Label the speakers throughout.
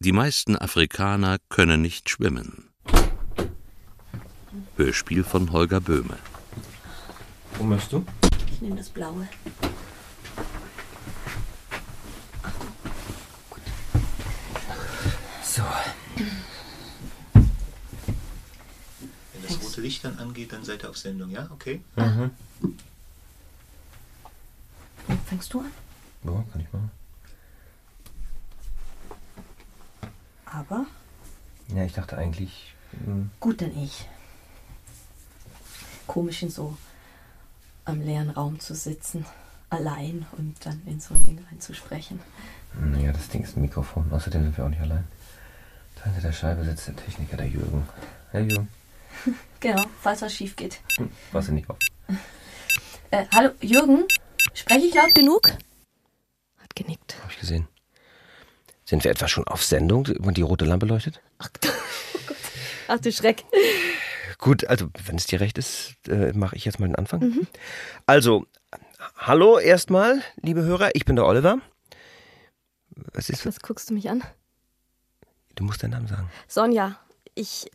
Speaker 1: Die meisten Afrikaner können nicht schwimmen. Hörspiel von Holger Böhme.
Speaker 2: Wo möchtest du?
Speaker 3: Ich nehme das Blaue.
Speaker 2: So.
Speaker 4: Wenn das rote Licht dann angeht, dann seid ihr auf Sendung, ja? Okay.
Speaker 2: Mhm.
Speaker 3: Fängst du an?
Speaker 2: Ja, kann ich machen.
Speaker 3: Aber
Speaker 2: Ja, ich dachte eigentlich. hm,
Speaker 3: gut denn ich. Komisch in so am leeren Raum zu sitzen, allein und dann in so ein Ding reinzusprechen.
Speaker 2: Naja, das Ding ist ein Mikrofon. Außerdem sind wir auch nicht allein. Da hinter der Scheibe sitzt der Techniker, der Jürgen. Hey Jürgen,
Speaker 3: Genau, falls was schief geht.
Speaker 2: Hm, was denn nicht auf?
Speaker 3: Äh, hallo, Jürgen, spreche ich laut genug? Hat genickt.
Speaker 2: Hab ich gesehen. Sind wir etwa schon auf Sendung und die rote Lampe leuchtet?
Speaker 3: Ach, Ach du Schreck.
Speaker 2: Gut, also wenn es dir recht ist, äh, mache ich jetzt mal den Anfang. Also, hallo erstmal, liebe Hörer, ich bin der Oliver. Was ist?
Speaker 5: Was guckst du mich an?
Speaker 2: Du musst deinen Namen sagen.
Speaker 5: Sonja. Ich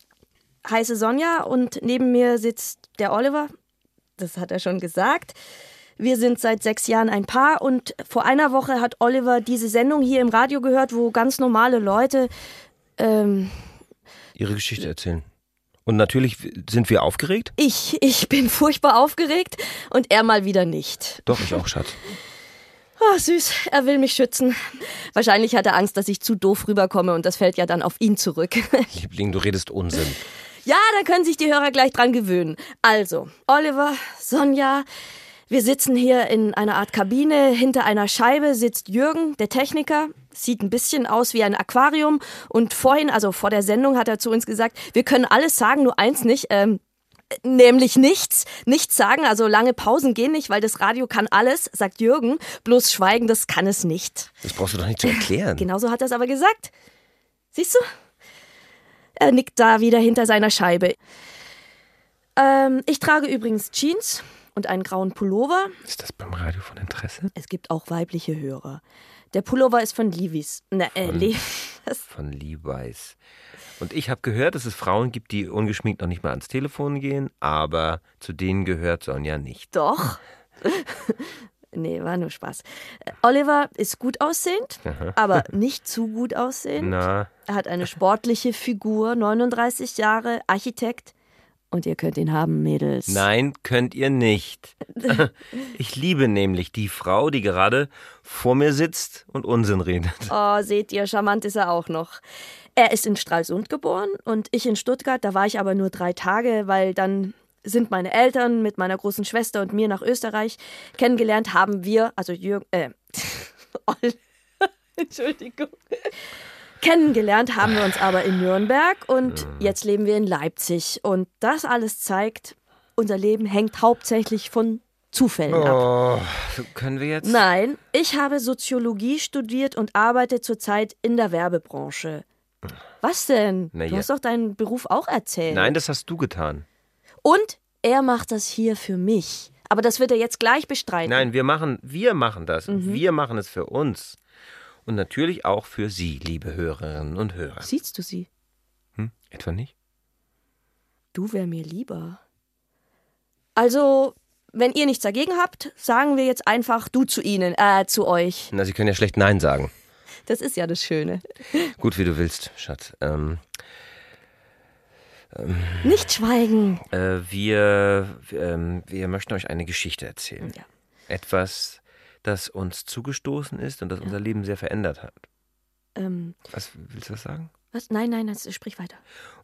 Speaker 5: heiße Sonja und neben mir sitzt der Oliver. Das hat er schon gesagt. Wir sind seit sechs Jahren ein Paar und vor einer Woche hat Oliver diese Sendung hier im Radio gehört, wo ganz normale Leute. Ähm,
Speaker 2: Ihre Geschichte erzählen. Und natürlich sind wir aufgeregt.
Speaker 5: ich, ich bin furchtbar aufgeregt und er mal wieder nicht.
Speaker 2: Doch, ich auch, Schatz.
Speaker 5: Ah, süß, er will mich schützen. Wahrscheinlich hat er Angst, dass ich zu doof rüberkomme und das fällt ja dann auf ihn zurück.
Speaker 2: Liebling, du redest Unsinn.
Speaker 5: Ja, dann können sich die Hörer gleich dran gewöhnen. Also, Oliver, Sonja, wir sitzen hier in einer Art Kabine. Hinter einer Scheibe sitzt Jürgen, der Techniker. Sieht ein bisschen aus wie ein Aquarium. Und vorhin, also vor der Sendung, hat er zu uns gesagt, wir können alles sagen, nur eins nicht. Ähm, Nämlich nichts, nichts sagen, also lange Pausen gehen nicht, weil das Radio kann alles, sagt Jürgen, bloß schweigen, das kann es nicht.
Speaker 2: Das brauchst du doch nicht zu erklären.
Speaker 5: Genauso hat er es aber gesagt. Siehst du? Er nickt da wieder hinter seiner Scheibe. Ähm, ich trage übrigens Jeans und einen grauen Pullover.
Speaker 2: Ist das beim Radio von Interesse?
Speaker 5: Es gibt auch weibliche Hörer. Der Pullover ist von Levis. Na, äh,
Speaker 2: Von-
Speaker 5: Le
Speaker 2: Von Levi's. Und ich habe gehört, dass es Frauen gibt, die ungeschminkt noch nicht mal ans Telefon gehen, aber zu denen gehört Sonja nicht.
Speaker 5: Doch. nee, war nur Spaß. Äh, Oliver ist gut aussehend,
Speaker 2: Aha.
Speaker 5: aber nicht zu gut aussehend.
Speaker 2: Na,
Speaker 5: Er hat eine sportliche Figur, 39 Jahre, Architekt. Und ihr könnt ihn haben, Mädels.
Speaker 2: nein, könnt ihr nicht. Ich liebe nämlich die Frau, die gerade vor mir sitzt und Unsinn redet.
Speaker 5: Oh, seht ihr, charmant ist er auch noch. Er ist in Stralsund geboren und ich in Stuttgart. Da war ich aber nur drei Tage, weil dann sind meine Eltern mit meiner großen Schwester und mir nach Österreich kennengelernt haben wir, also Jürgen, äh, Ol- Entschuldigung. Kennengelernt haben wir uns aber in Nürnberg und jetzt leben wir in Leipzig. Und das alles zeigt, unser Leben hängt hauptsächlich von Zufällen ab.
Speaker 2: Oh, können wir jetzt?
Speaker 5: Nein, ich habe Soziologie studiert und arbeite zurzeit in der Werbebranche. Was denn?
Speaker 2: Na
Speaker 5: du
Speaker 2: ja.
Speaker 5: hast doch deinen Beruf auch erzählt.
Speaker 2: Nein, das hast du getan.
Speaker 5: Und er macht das hier für mich. Aber das wird er jetzt gleich bestreiten.
Speaker 2: Nein, wir machen, wir machen das. Wir machen es für uns. Und natürlich auch für Sie, liebe Hörerinnen und Hörer.
Speaker 5: Siehst du sie?
Speaker 2: Hm? Etwa nicht?
Speaker 5: Du wär mir lieber. Also, wenn ihr nichts dagegen habt, sagen wir jetzt einfach du zu ihnen, äh, zu euch.
Speaker 2: Na, Sie können ja schlecht Nein sagen.
Speaker 5: Das ist ja das Schöne.
Speaker 2: Gut, wie du willst, Schatz. Ähm,
Speaker 5: Nicht schweigen.
Speaker 2: äh, wir, ähm, wir möchten euch eine Geschichte erzählen.
Speaker 5: Ja.
Speaker 2: Etwas, das uns zugestoßen ist und das unser Leben sehr verändert hat.
Speaker 5: Ähm,
Speaker 2: Was willst du das sagen?
Speaker 5: was? Nein, nein, das, sprich weiter.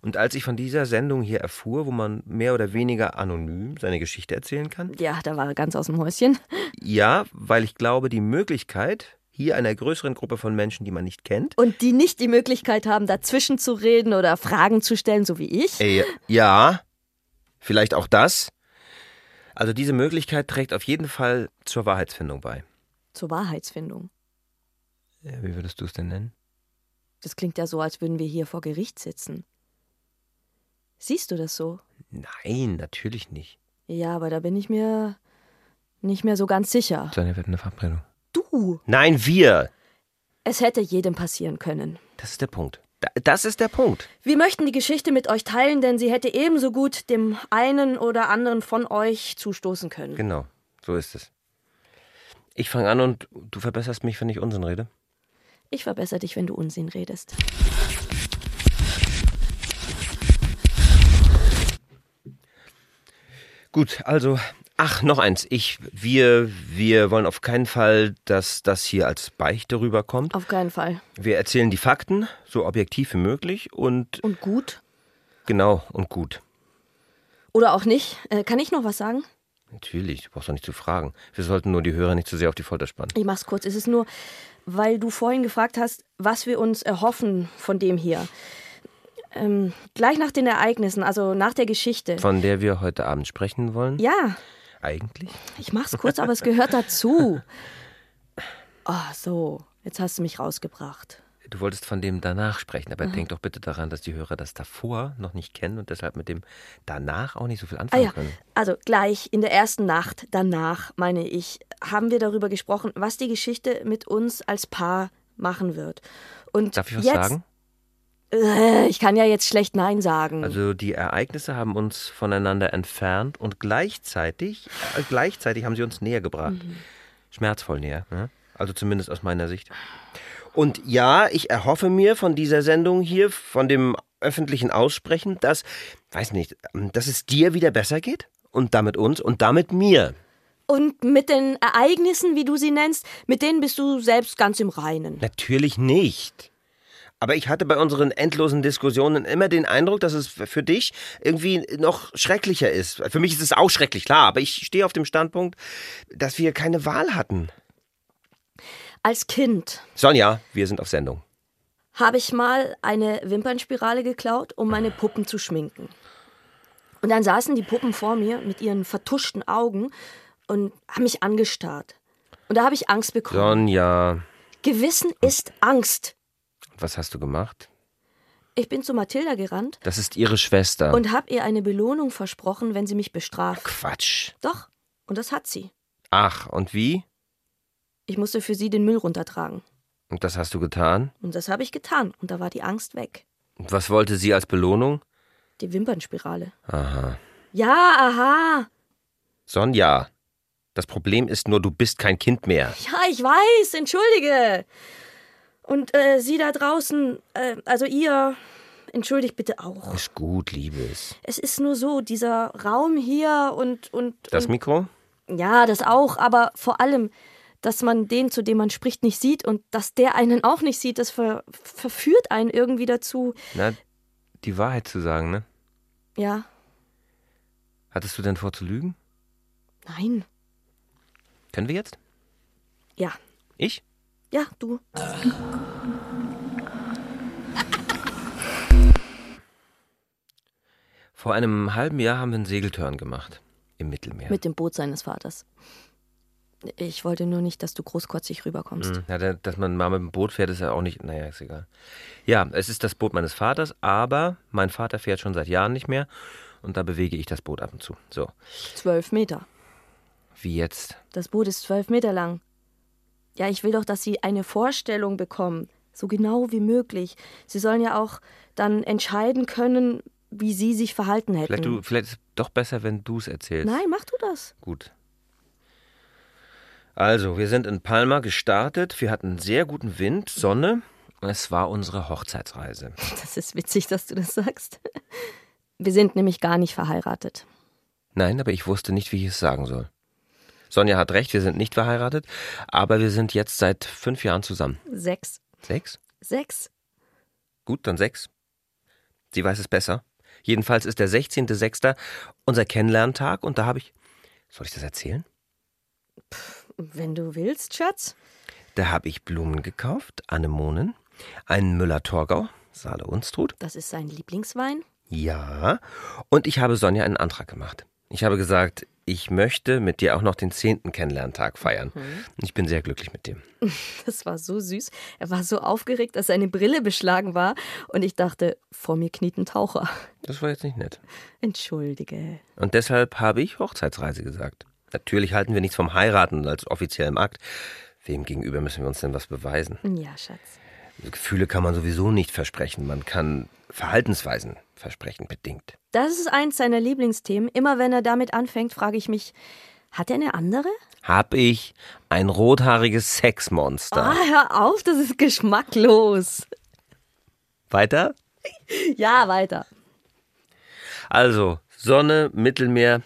Speaker 2: Und als ich von dieser Sendung hier erfuhr, wo man mehr oder weniger anonym seine Geschichte erzählen kann,
Speaker 5: Ja, da war er ganz aus dem Häuschen.
Speaker 2: Ja, weil ich glaube, die Möglichkeit, hier einer größeren Gruppe von Menschen, die man nicht kennt.
Speaker 5: und die nicht die Möglichkeit haben, dazwischen zu reden oder Fragen zu stellen, so wie ich.
Speaker 2: Äh, ja, vielleicht auch das. Also diese Möglichkeit trägt auf jeden Fall zur Wahrheitsfindung bei.
Speaker 5: Zur Wahrheitsfindung.
Speaker 2: Wie würdest du es denn nennen?
Speaker 5: Das klingt ja so, als würden wir hier vor Gericht sitzen. Siehst du das so?
Speaker 2: Nein, natürlich nicht.
Speaker 5: Ja, aber da bin ich mir nicht mehr so ganz sicher.
Speaker 2: Sonja wird eine Verbrennung.
Speaker 5: Du!
Speaker 2: Nein, wir!
Speaker 5: Es hätte jedem passieren können.
Speaker 2: Das ist der Punkt. Da- Das ist der Punkt.
Speaker 5: Wir möchten die Geschichte mit euch teilen, denn sie hätte ebenso gut dem einen oder anderen von euch zustoßen können.
Speaker 2: Genau. So ist es. Ich fange an und du verbesserst mich, wenn ich Unsinn rede.
Speaker 5: Ich verbessere dich, wenn du Unsinn redest.
Speaker 2: Gut, also, ach, noch eins. Ich, wir, wir wollen auf keinen Fall, dass das hier als Beichte rüberkommt.
Speaker 5: Auf keinen Fall.
Speaker 2: Wir erzählen die Fakten, so objektiv wie möglich und
Speaker 5: Und gut?
Speaker 2: genau und gut.
Speaker 5: Oder auch nicht? Äh, kann ich noch was sagen?
Speaker 2: Natürlich, du brauchst doch nicht zu fragen. Wir sollten nur die Hörer nicht zu sehr auf die Folter spannen.
Speaker 5: Ich mach's kurz. Es ist nur, weil du vorhin gefragt hast, was wir uns erhoffen von dem hier. Ähm, gleich nach den Ereignissen, also nach der Geschichte.
Speaker 2: Von der wir heute Abend sprechen wollen?
Speaker 5: Ja,
Speaker 2: Eigentlich?
Speaker 5: ich mach's kurz, aber es gehört dazu. Ah, so. Jetzt hast du mich rausgebracht.
Speaker 2: Du wolltest von dem danach sprechen, aber denk doch bitte daran, dass die Hörer das davor noch nicht kennen und deshalb mit dem danach auch nicht so viel
Speaker 5: Ah
Speaker 2: anfangen
Speaker 5: ja,
Speaker 2: können.
Speaker 5: also gleich in der ersten Nacht danach, meine ich, haben wir darüber gesprochen, was die Geschichte mit uns als Paar machen wird. Und
Speaker 2: Darf ich was
Speaker 5: jetzt,
Speaker 2: sagen?
Speaker 5: Äh, ich kann ja jetzt schlecht Nein sagen.
Speaker 2: Also die Ereignisse haben uns voneinander entfernt und gleichzeitig, äh, gleichzeitig haben sie uns näher gebracht. Schmerzvoll näher. Ne? Also zumindest aus meiner Sicht. Und ja, ich erhoffe mir von dieser Sendung hier, von dem öffentlichen Aussprechen, dass, weiß nicht, ähm, dass es dir wieder besser geht und damit uns und damit mir.
Speaker 5: Und mit den Ereignissen, wie du sie nennst, mit denen bist du selbst ganz im Reinen.
Speaker 2: Natürlich nicht. Aber ich hatte bei unseren endlosen Diskussionen immer den Eindruck, dass es für dich irgendwie noch schrecklicher ist. Für mich ist es auch schrecklich, klar, aber ich stehe auf dem Standpunkt, dass wir keine Wahl hatten.
Speaker 5: Als Kind
Speaker 2: Sonja, wir sind auf Sendung.
Speaker 5: habe ich mal eine Wimpernspirale geklaut, um meine Puppen zu schminken. Und dann saßen die Puppen vor mir mit ihren vertuschten Augen und haben mich angestarrt. Und da habe ich Angst bekommen.
Speaker 2: Sonja,
Speaker 5: Gewissen ist Angst.
Speaker 2: was hast du gemacht?
Speaker 5: Ich bin zu Mathilda gerannt
Speaker 2: Das ist ihre Schwester.
Speaker 5: und habe ihr eine Belohnung versprochen, wenn sie mich bestraft.
Speaker 2: Quatsch.
Speaker 5: Doch, und das hat sie.
Speaker 2: Ach, und wie?
Speaker 5: Ich musste für sie den Müll runtertragen.
Speaker 2: Und das hast du getan?
Speaker 5: Und das habe ich getan. Und da war die Angst weg.
Speaker 2: Und was wollte sie als Belohnung?
Speaker 5: Die Wimpernspirale.
Speaker 2: Aha.
Speaker 5: Ja, aha.
Speaker 2: Sonja, das Problem ist nur, du bist kein Kind mehr.
Speaker 5: Ja, ich weiß. Entschuldige. Und äh, Sie da draußen, äh, also ihr, entschuldigt bitte auch.
Speaker 2: Ist gut, Liebes.
Speaker 5: Es ist nur so, dieser Raum hier und. und,
Speaker 2: Das
Speaker 5: und
Speaker 2: Mikro?
Speaker 5: ja, das auch, aber vor allem, dass man den, zu dem man spricht, nicht sieht und dass der einen auch nicht sieht, das ver verführt einen irgendwie dazu.
Speaker 2: Na, die Wahrheit zu sagen, ne?
Speaker 5: Ja,
Speaker 2: Hattest du denn vor zu lügen?
Speaker 5: nein.
Speaker 2: Können wir jetzt?
Speaker 5: Ja,
Speaker 2: Ich?
Speaker 5: ja, du.
Speaker 2: Vor einem halben Jahr haben wir einen Segeltörn gemacht. Im Mittelmeer.
Speaker 5: Mit dem Boot seines Vaters. Ich wollte nur nicht, dass du großkotzig rüberkommst.
Speaker 2: Mhm. Ja, da- dass man mal mit dem Boot fährt, ist ja auch nicht. Naja, ist egal. Ja, es ist das Boot meines Vaters, aber mein Vater fährt schon seit Jahren nicht mehr und da bewege ich das Boot ab und zu. So,
Speaker 5: Zwölf Meter.
Speaker 2: wie jetzt?
Speaker 5: Das Boot ist zwölf Meter lang. Ja, ich will doch, dass sie eine Vorstellung bekommen. So genau wie möglich. Sie sollen ja auch dann entscheiden können, wie sie sich verhalten hätten.
Speaker 2: Vielleicht, du, vielleicht ist es doch besser, wenn du es erzählst.
Speaker 5: Nein, mach du das.
Speaker 2: Gut. Also, wir sind in Palma gestartet. Wir hatten sehr guten Wind, Sonne. Es war unsere Hochzeitsreise.
Speaker 5: Das ist witzig, dass du das sagst. Wir sind nämlich gar nicht verheiratet.
Speaker 2: Nein, aber ich wusste nicht, wie ich es sagen soll. Sonja hat recht, wir sind nicht verheiratet, aber wir sind jetzt seit fünf Jahren zusammen.
Speaker 5: Sechs.
Speaker 2: Sechs?
Speaker 5: Sechs?
Speaker 2: Gut, dann sechs. Sie weiß es besser. Jedenfalls ist der 16.06. unser Kennenlerntag und da habe ich. Soll ich das erzählen?
Speaker 5: Wenn du willst, Schatz.
Speaker 2: Da habe ich Blumen gekauft, Anemonen, einen Müller-Torgau, Saale Unstrut,
Speaker 5: Das ist sein Lieblingswein.
Speaker 2: Ja, und ich habe Sonja einen Antrag gemacht. Ich habe gesagt, ich möchte mit dir auch noch den zehnten Kennenlerntag feiern. Ich bin sehr glücklich mit dem.
Speaker 5: Das war so süß. Er war so aufgeregt, dass seine Brille beschlagen war. Und ich dachte, vor mir kniet ein Taucher.
Speaker 2: Das war jetzt nicht nett.
Speaker 5: Entschuldige.
Speaker 2: Und deshalb habe ich Hochzeitsreise gesagt. Natürlich halten wir nichts vom Heiraten als offiziellem Akt. Wem gegenüber müssen wir uns denn was beweisen?
Speaker 5: Ja, Schatz.
Speaker 2: Gefühle kann man sowieso nicht versprechen. Man kann Verhaltensweisen versprechen, bedingt.
Speaker 5: Das ist eins seiner Lieblingsthemen. Immer wenn er damit anfängt, frage ich mich, hat er eine andere?
Speaker 2: Hab ich ein rothaariges Sexmonster.
Speaker 5: Ah, hör auf, das ist geschmacklos.
Speaker 2: Weiter?
Speaker 5: Ja, weiter.
Speaker 2: Also, Sonne, Mittelmeer.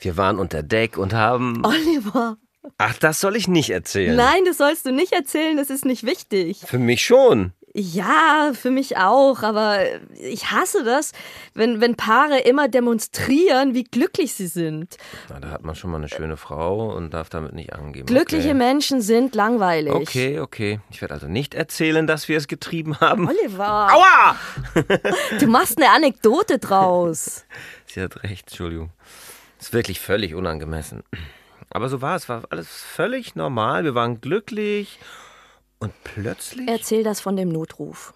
Speaker 2: Wir waren unter Deck und haben.
Speaker 5: Oliver.
Speaker 2: Ach, das soll ich nicht erzählen.
Speaker 5: Nein, das sollst du nicht erzählen, das ist nicht wichtig.
Speaker 2: Für mich schon.
Speaker 5: Ja, für mich auch, aber ich hasse das, wenn, wenn Paare immer demonstrieren, wie glücklich sie sind.
Speaker 2: Na, da hat man schon mal eine schöne Frau und darf damit nicht angeben.
Speaker 5: Glückliche
Speaker 2: okay.
Speaker 5: Menschen sind langweilig.
Speaker 2: Okay, okay. Ich werde also nicht erzählen, dass wir es getrieben
Speaker 5: Oh
Speaker 2: haben.
Speaker 5: Oliver,
Speaker 2: Aua!
Speaker 5: du machst eine Anekdote draus.
Speaker 2: Sie hat recht, Entschuldigung. Ist wirklich völlig unangemessen. Aber so war es, war alles völlig normal. Wir waren glücklich. Und plötzlich.
Speaker 5: Erzähl das von dem Notruf.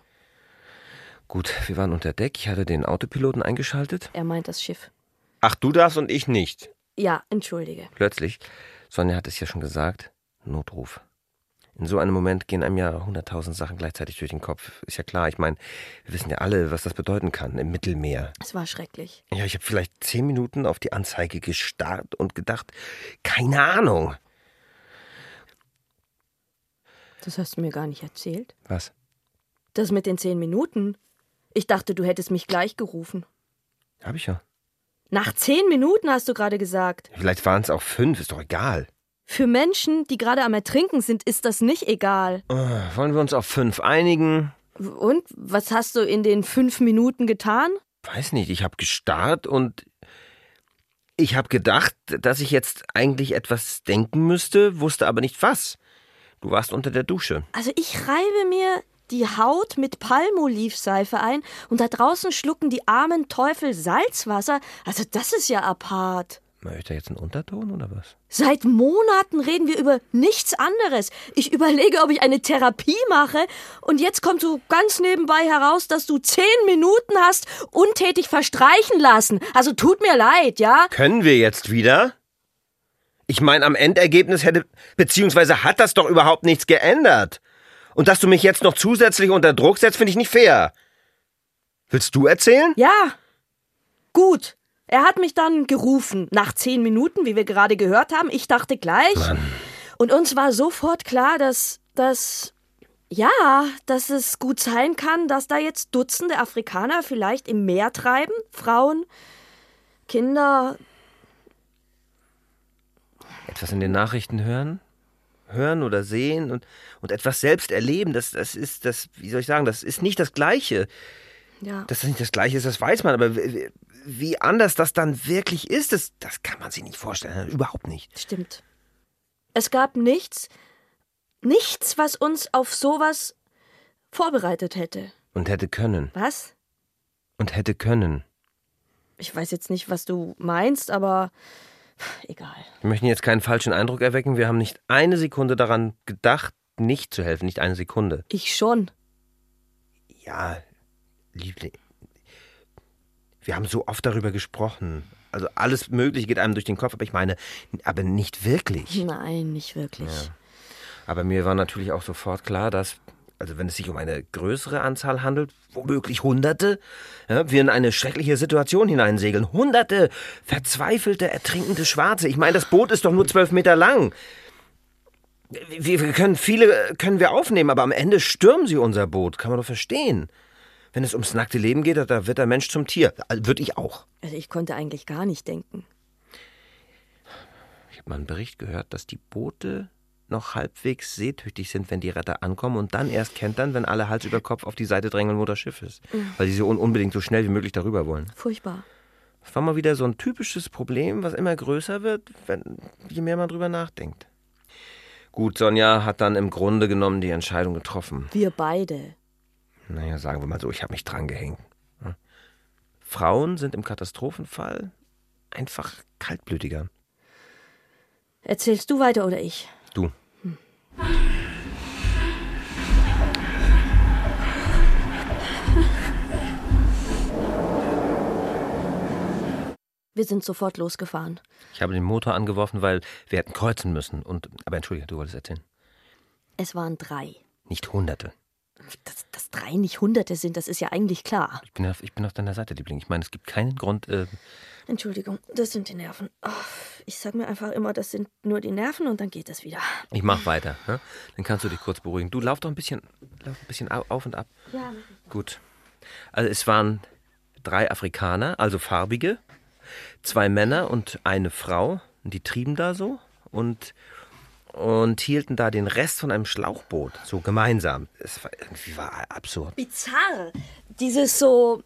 Speaker 2: Gut, wir waren unter Deck. Ich hatte den Autopiloten eingeschaltet.
Speaker 5: Er meint das Schiff.
Speaker 2: Ach, du darfst und ich nicht.
Speaker 5: Ja, entschuldige.
Speaker 2: Plötzlich, Sonja hat es ja schon gesagt, Notruf. In so einem Moment gehen einem ja hunderttausend Sachen gleichzeitig durch den Kopf. Ist ja klar, ich meine, wir wissen ja alle, was das bedeuten kann im Mittelmeer.
Speaker 5: Es war schrecklich.
Speaker 2: Ja, ich habe vielleicht zehn Minuten auf die Anzeige gestarrt und gedacht, keine Ahnung.
Speaker 5: Das hast du mir gar nicht erzählt.
Speaker 2: Was?
Speaker 5: Das mit den zehn Minuten. Ich dachte, du hättest mich gleich gerufen.
Speaker 2: Hab ich ja.
Speaker 5: Nach zehn Minuten hast du gerade gesagt.
Speaker 2: Vielleicht waren es auch fünf, ist doch egal.
Speaker 5: Für Menschen, die gerade am Ertrinken sind, ist das nicht egal.
Speaker 2: Äh, Wollen wir uns auf fünf einigen?
Speaker 5: Und was hast du in den fünf Minuten getan?
Speaker 2: Weiß nicht, ich habe gestarrt und ich habe gedacht, dass ich jetzt eigentlich etwas denken müsste, wusste aber nicht was. Du warst unter der Dusche.
Speaker 5: Also ich reibe mir die Haut mit Palmolivseife ein und da draußen schlucken die armen Teufel Salzwasser. Also das ist ja apart.
Speaker 2: Möchte jetzt einen Unterton oder was?
Speaker 5: Seit Monaten reden wir über nichts anderes. Ich überlege, ob ich eine Therapie mache und jetzt kommt so ganz nebenbei heraus, dass du zehn Minuten hast untätig verstreichen lassen. Also tut mir leid, ja?
Speaker 2: Können wir jetzt wieder? Ich meine, am Endergebnis hätte, beziehungsweise hat das doch überhaupt nichts geändert. Und dass du mich jetzt noch zusätzlich unter Druck setzt, finde ich nicht fair. Willst du erzählen?
Speaker 5: Ja. Gut. Er hat mich dann gerufen, nach zehn Minuten, wie wir gerade gehört haben. Ich dachte gleich. Und uns war sofort klar, dass, dass, ja, dass es gut sein kann, dass da jetzt Dutzende Afrikaner vielleicht im Meer treiben. Frauen, Kinder.
Speaker 2: Etwas in den Nachrichten hören? Hören oder sehen und, und etwas selbst erleben, das, das ist, das, wie soll ich sagen, das ist nicht das Gleiche.
Speaker 5: Ja.
Speaker 2: Dass das nicht das Gleiche ist, das weiß man, aber wie, wie- wie anders das dann wirklich ist, das, das kann man sich nicht vorstellen. Überhaupt nicht.
Speaker 5: Stimmt. Es gab nichts, nichts, was uns auf sowas vorbereitet hätte.
Speaker 2: Und hätte können.
Speaker 5: Was?
Speaker 2: Und hätte können.
Speaker 5: Ich weiß jetzt nicht, was du meinst, aber egal.
Speaker 2: Wir möchten jetzt keinen falschen Eindruck erwecken. Wir haben nicht eine Sekunde daran gedacht, nicht zu helfen. Nicht eine Sekunde.
Speaker 5: Ich schon.
Speaker 2: Ja, Liebling. Wir haben so oft darüber gesprochen. Also alles Mögliche geht einem durch den Kopf, aber ich meine, aber nicht wirklich.
Speaker 5: Nein, nicht wirklich.
Speaker 2: Aber mir war natürlich auch sofort klar, dass, also wenn es sich um eine größere Anzahl handelt, womöglich Hunderte, ja, wir in eine schreckliche Situation hineinsegeln. Hunderte verzweifelte, ertrinkende Schwarze. Ich meine, das Boot ist doch nur zwölf Meter lang. Wir, wir können viele äh, können wir aufnehmen, aber am Ende stürmen sie unser Boot. Kann man doch verstehen. Wenn es ums nackte Leben geht, da wird der Mensch zum Tier. Also, Würde ich auch.
Speaker 5: Also ich konnte eigentlich gar nicht denken.
Speaker 2: Ich habe mal einen Bericht gehört, dass die Boote noch halbwegs seetüchtig sind, wenn die Retter ankommen und dann erst kentern, wenn alle Hals über Kopf auf die Seite drängeln, wo das Schiff ist. Weil die so un unbedingt so schnell wie möglich darüber wollen.
Speaker 5: Furchtbar.
Speaker 2: Das war mal wieder so ein typisches Problem, was immer größer wird, wenn, je mehr man drüber nachdenkt. Gut, Sonja hat dann im Grunde genommen die Entscheidung getroffen.
Speaker 5: Wir beide.
Speaker 2: Naja, sagen wir mal so, ich habe mich dran gehängt. Hm. Frauen sind im Katastrophenfall einfach kaltblütiger.
Speaker 5: Erzählst du weiter oder ich?
Speaker 2: Du.
Speaker 5: Wir sind sofort losgefahren.
Speaker 2: Ich habe den Motor angeworfen, weil wir hätten kreuzen müssen. Und, aber entschuldige, du wolltest erzählen.
Speaker 5: Es waren drei.
Speaker 2: Nicht Hunderte.
Speaker 5: Dass das drei nicht Hunderte sind, das ist ja eigentlich klar.
Speaker 2: Ich bin auf, ich bin auf deiner Seite, Liebling. Ich meine, es gibt keinen Grund. Äh,
Speaker 5: Entschuldigung, das sind die Nerven. Oh, ich sag mir einfach immer, das sind nur die Nerven und dann geht das wieder.
Speaker 2: ich mach weiter. Ne? Dann kannst du dich kurz beruhigen. Du lauf doch ein bisschen, lauf ein bisschen au- auf und ab.
Speaker 5: Ja,
Speaker 2: Gut. Also es waren drei Afrikaner, also farbige, zwei Männer und eine Frau. Und die trieben da so und, und hielten da den Rest von einem Schlauchboot so gemeinsam. Es war irgendwie war absurd.
Speaker 5: bizarr. Dieses so.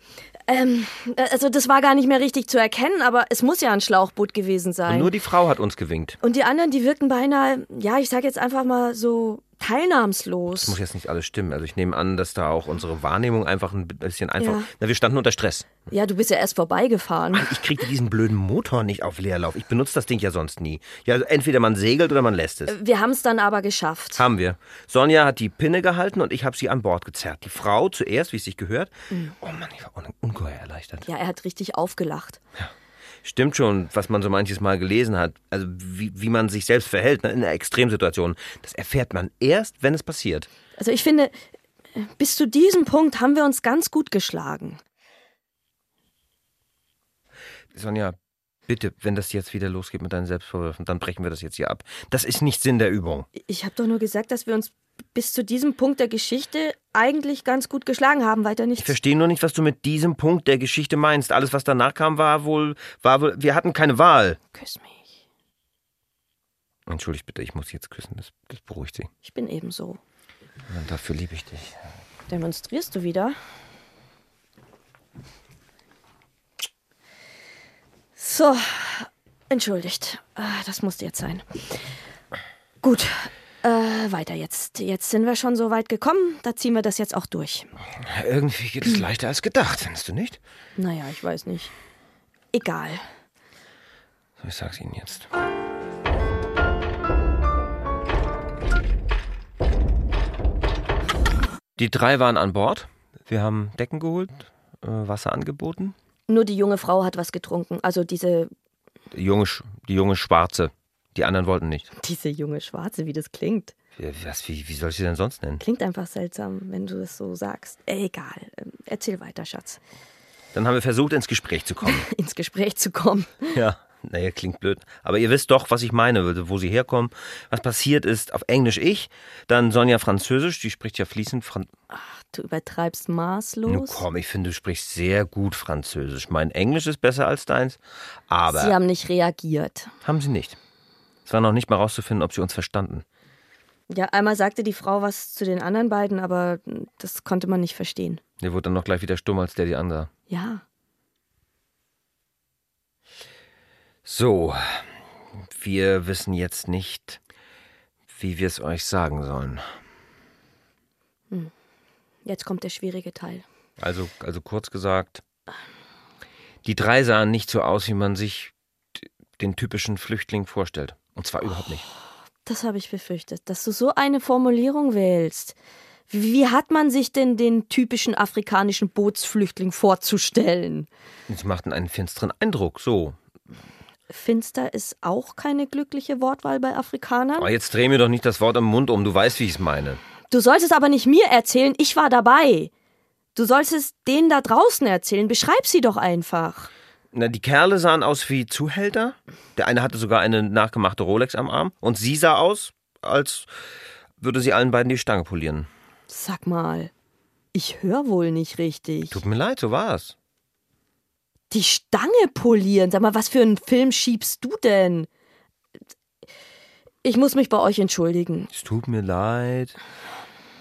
Speaker 5: Ähm, also, das war gar nicht mehr richtig zu erkennen, aber es muss ja ein Schlauchboot gewesen sein.
Speaker 2: Und nur die Frau hat uns gewinkt.
Speaker 5: Und die anderen, die wirkten beinahe, ja, ich sag jetzt einfach mal so
Speaker 2: Das muss
Speaker 5: teilnahmslos.
Speaker 2: jetzt nicht alles stimmen. Also ich nehme an, dass da auch unsere Wahrnehmung einfach ein bisschen einfach.
Speaker 5: Ja.
Speaker 2: Na, wir standen unter Stress.
Speaker 5: Ja, du bist ja erst vorbeigefahren.
Speaker 2: Ich kriegte diesen blöden Motor nicht auf Leerlauf. Ich benutze das Ding ja sonst nie. Ja, also entweder man segelt oder man lässt es.
Speaker 5: Wir haben es dann aber geschafft.
Speaker 2: Haben wir. Sonja hat die Pinne gehalten und ich habe sie an Bord gezerrt. Die Frau zuerst, wie es sich gehört. Oh Mann, ich war un- ungeheuer erleichtert.
Speaker 5: Ja, er hat richtig aufgelacht.
Speaker 2: Stimmt schon, was man so manches Mal gelesen hat. Also wie, wie man sich selbst verhält ne, in einer Extremsituation. Das erfährt man erst, wenn es passiert.
Speaker 5: Also ich finde, bis zu diesem Punkt haben wir uns ganz gut geschlagen.
Speaker 2: Sonja, bitte, wenn das jetzt wieder losgeht mit deinen Selbstvorwürfen, dann brechen wir das jetzt hier ab. Das ist nicht Sinn der Übung.
Speaker 5: Ich habe doch nur gesagt, dass wir uns bis zu diesem Punkt der Geschichte eigentlich ganz gut geschlagen haben, weiter
Speaker 2: Ich
Speaker 5: nichts.
Speaker 2: verstehe nur nicht, was du mit diesem Punkt der Geschichte meinst. Alles, was danach kam, war wohl, war wohl, wir hatten keine Wahl.
Speaker 5: Küss mich.
Speaker 2: Entschuldigt bitte, ich muss jetzt küssen, das, das beruhigt sie.
Speaker 5: Ich bin ebenso.
Speaker 2: Und dafür liebe ich dich.
Speaker 5: Demonstrierst du wieder? So, entschuldigt. Ah, Das musste jetzt sein. Gut, äh, weiter jetzt. Jetzt sind wir schon so weit gekommen, da ziehen wir das jetzt auch durch.
Speaker 2: Irgendwie geht es leichter als gedacht, findest du nicht?
Speaker 5: Naja, ich weiß nicht. Egal.
Speaker 2: So, ich sag's Ihnen jetzt. Die drei waren an Bord. Wir haben Decken geholt, äh, Wasser angeboten.
Speaker 5: Nur die junge Frau hat was getrunken. Also diese,
Speaker 2: Die junge, Sch- die junge Schwarze. Die anderen wollten nicht.
Speaker 5: diese junge Schwarze, wie das klingt.
Speaker 2: Wie, was, wie, wie soll ich sie denn sonst nennen?
Speaker 5: Klingt einfach seltsam, wenn du das so sagst. Egal. Ähm, Erzähl weiter, Schatz.
Speaker 2: Dann haben wir versucht, ins Gespräch zu kommen.
Speaker 5: Ins Gespräch zu kommen.
Speaker 2: Ja, naja, klingt blöd. Aber ihr wisst doch, was ich meine, wo sie herkommen. Was passiert ist, auf Englisch ich, dann Sonja Französisch, die spricht ja fließend Französisch.
Speaker 5: Du übertreibst
Speaker 2: Nun
Speaker 5: maßlos.
Speaker 2: komm, ich finde, du sprichst sehr gut Französisch. Mein Englisch ist besser als deins, aber
Speaker 5: Sie haben nicht reagiert.
Speaker 2: haben sie nicht. Es war noch nicht mal rauszufinden, ob sie uns verstanden.
Speaker 5: Ja, einmal sagte die Frau was zu den anderen beiden, aber das konnte man nicht verstehen.
Speaker 2: Der wurde dann noch gleich wieder stumm, als der die ansah.
Speaker 5: Ja.
Speaker 2: So, wir wissen jetzt nicht, wie wir es euch sagen sollen.
Speaker 5: Jetzt kommt der schwierige Teil.
Speaker 2: Also, also kurz gesagt, die drei sahen nicht so aus, wie man sich t- den typischen Flüchtling vorstellt. Und zwar überhaupt nicht.
Speaker 5: Das habe ich befürchtet, dass du so eine Formulierung wählst. Wie, wie hat man sich denn den typischen afrikanischen Bootsflüchtling vorzustellen?
Speaker 2: Sie machten einen finsteren Eindruck, so.
Speaker 5: Finster ist auch keine glückliche Wortwahl bei Afrikanern.
Speaker 2: Aber jetzt dreh mir doch nicht das Wort im Mund um, du weißt, wie ich es meine.
Speaker 5: Du solltest aber nicht mir erzählen, ich war dabei. Du sollst es denen da draußen erzählen. Beschreib sie doch einfach.
Speaker 2: Na, die Kerle sahen aus wie Zuhälter. Der eine hatte sogar eine nachgemachte Rolex am Arm. Und sie sah aus, als würde sie allen beiden die Stange polieren.
Speaker 5: Sag mal, ich höre wohl nicht richtig.
Speaker 2: Tut mir leid, so war's.
Speaker 5: Die Stange polieren. Sag mal, was für einen Film schiebst du denn? Ich muss mich bei euch entschuldigen.
Speaker 2: Es tut mir leid.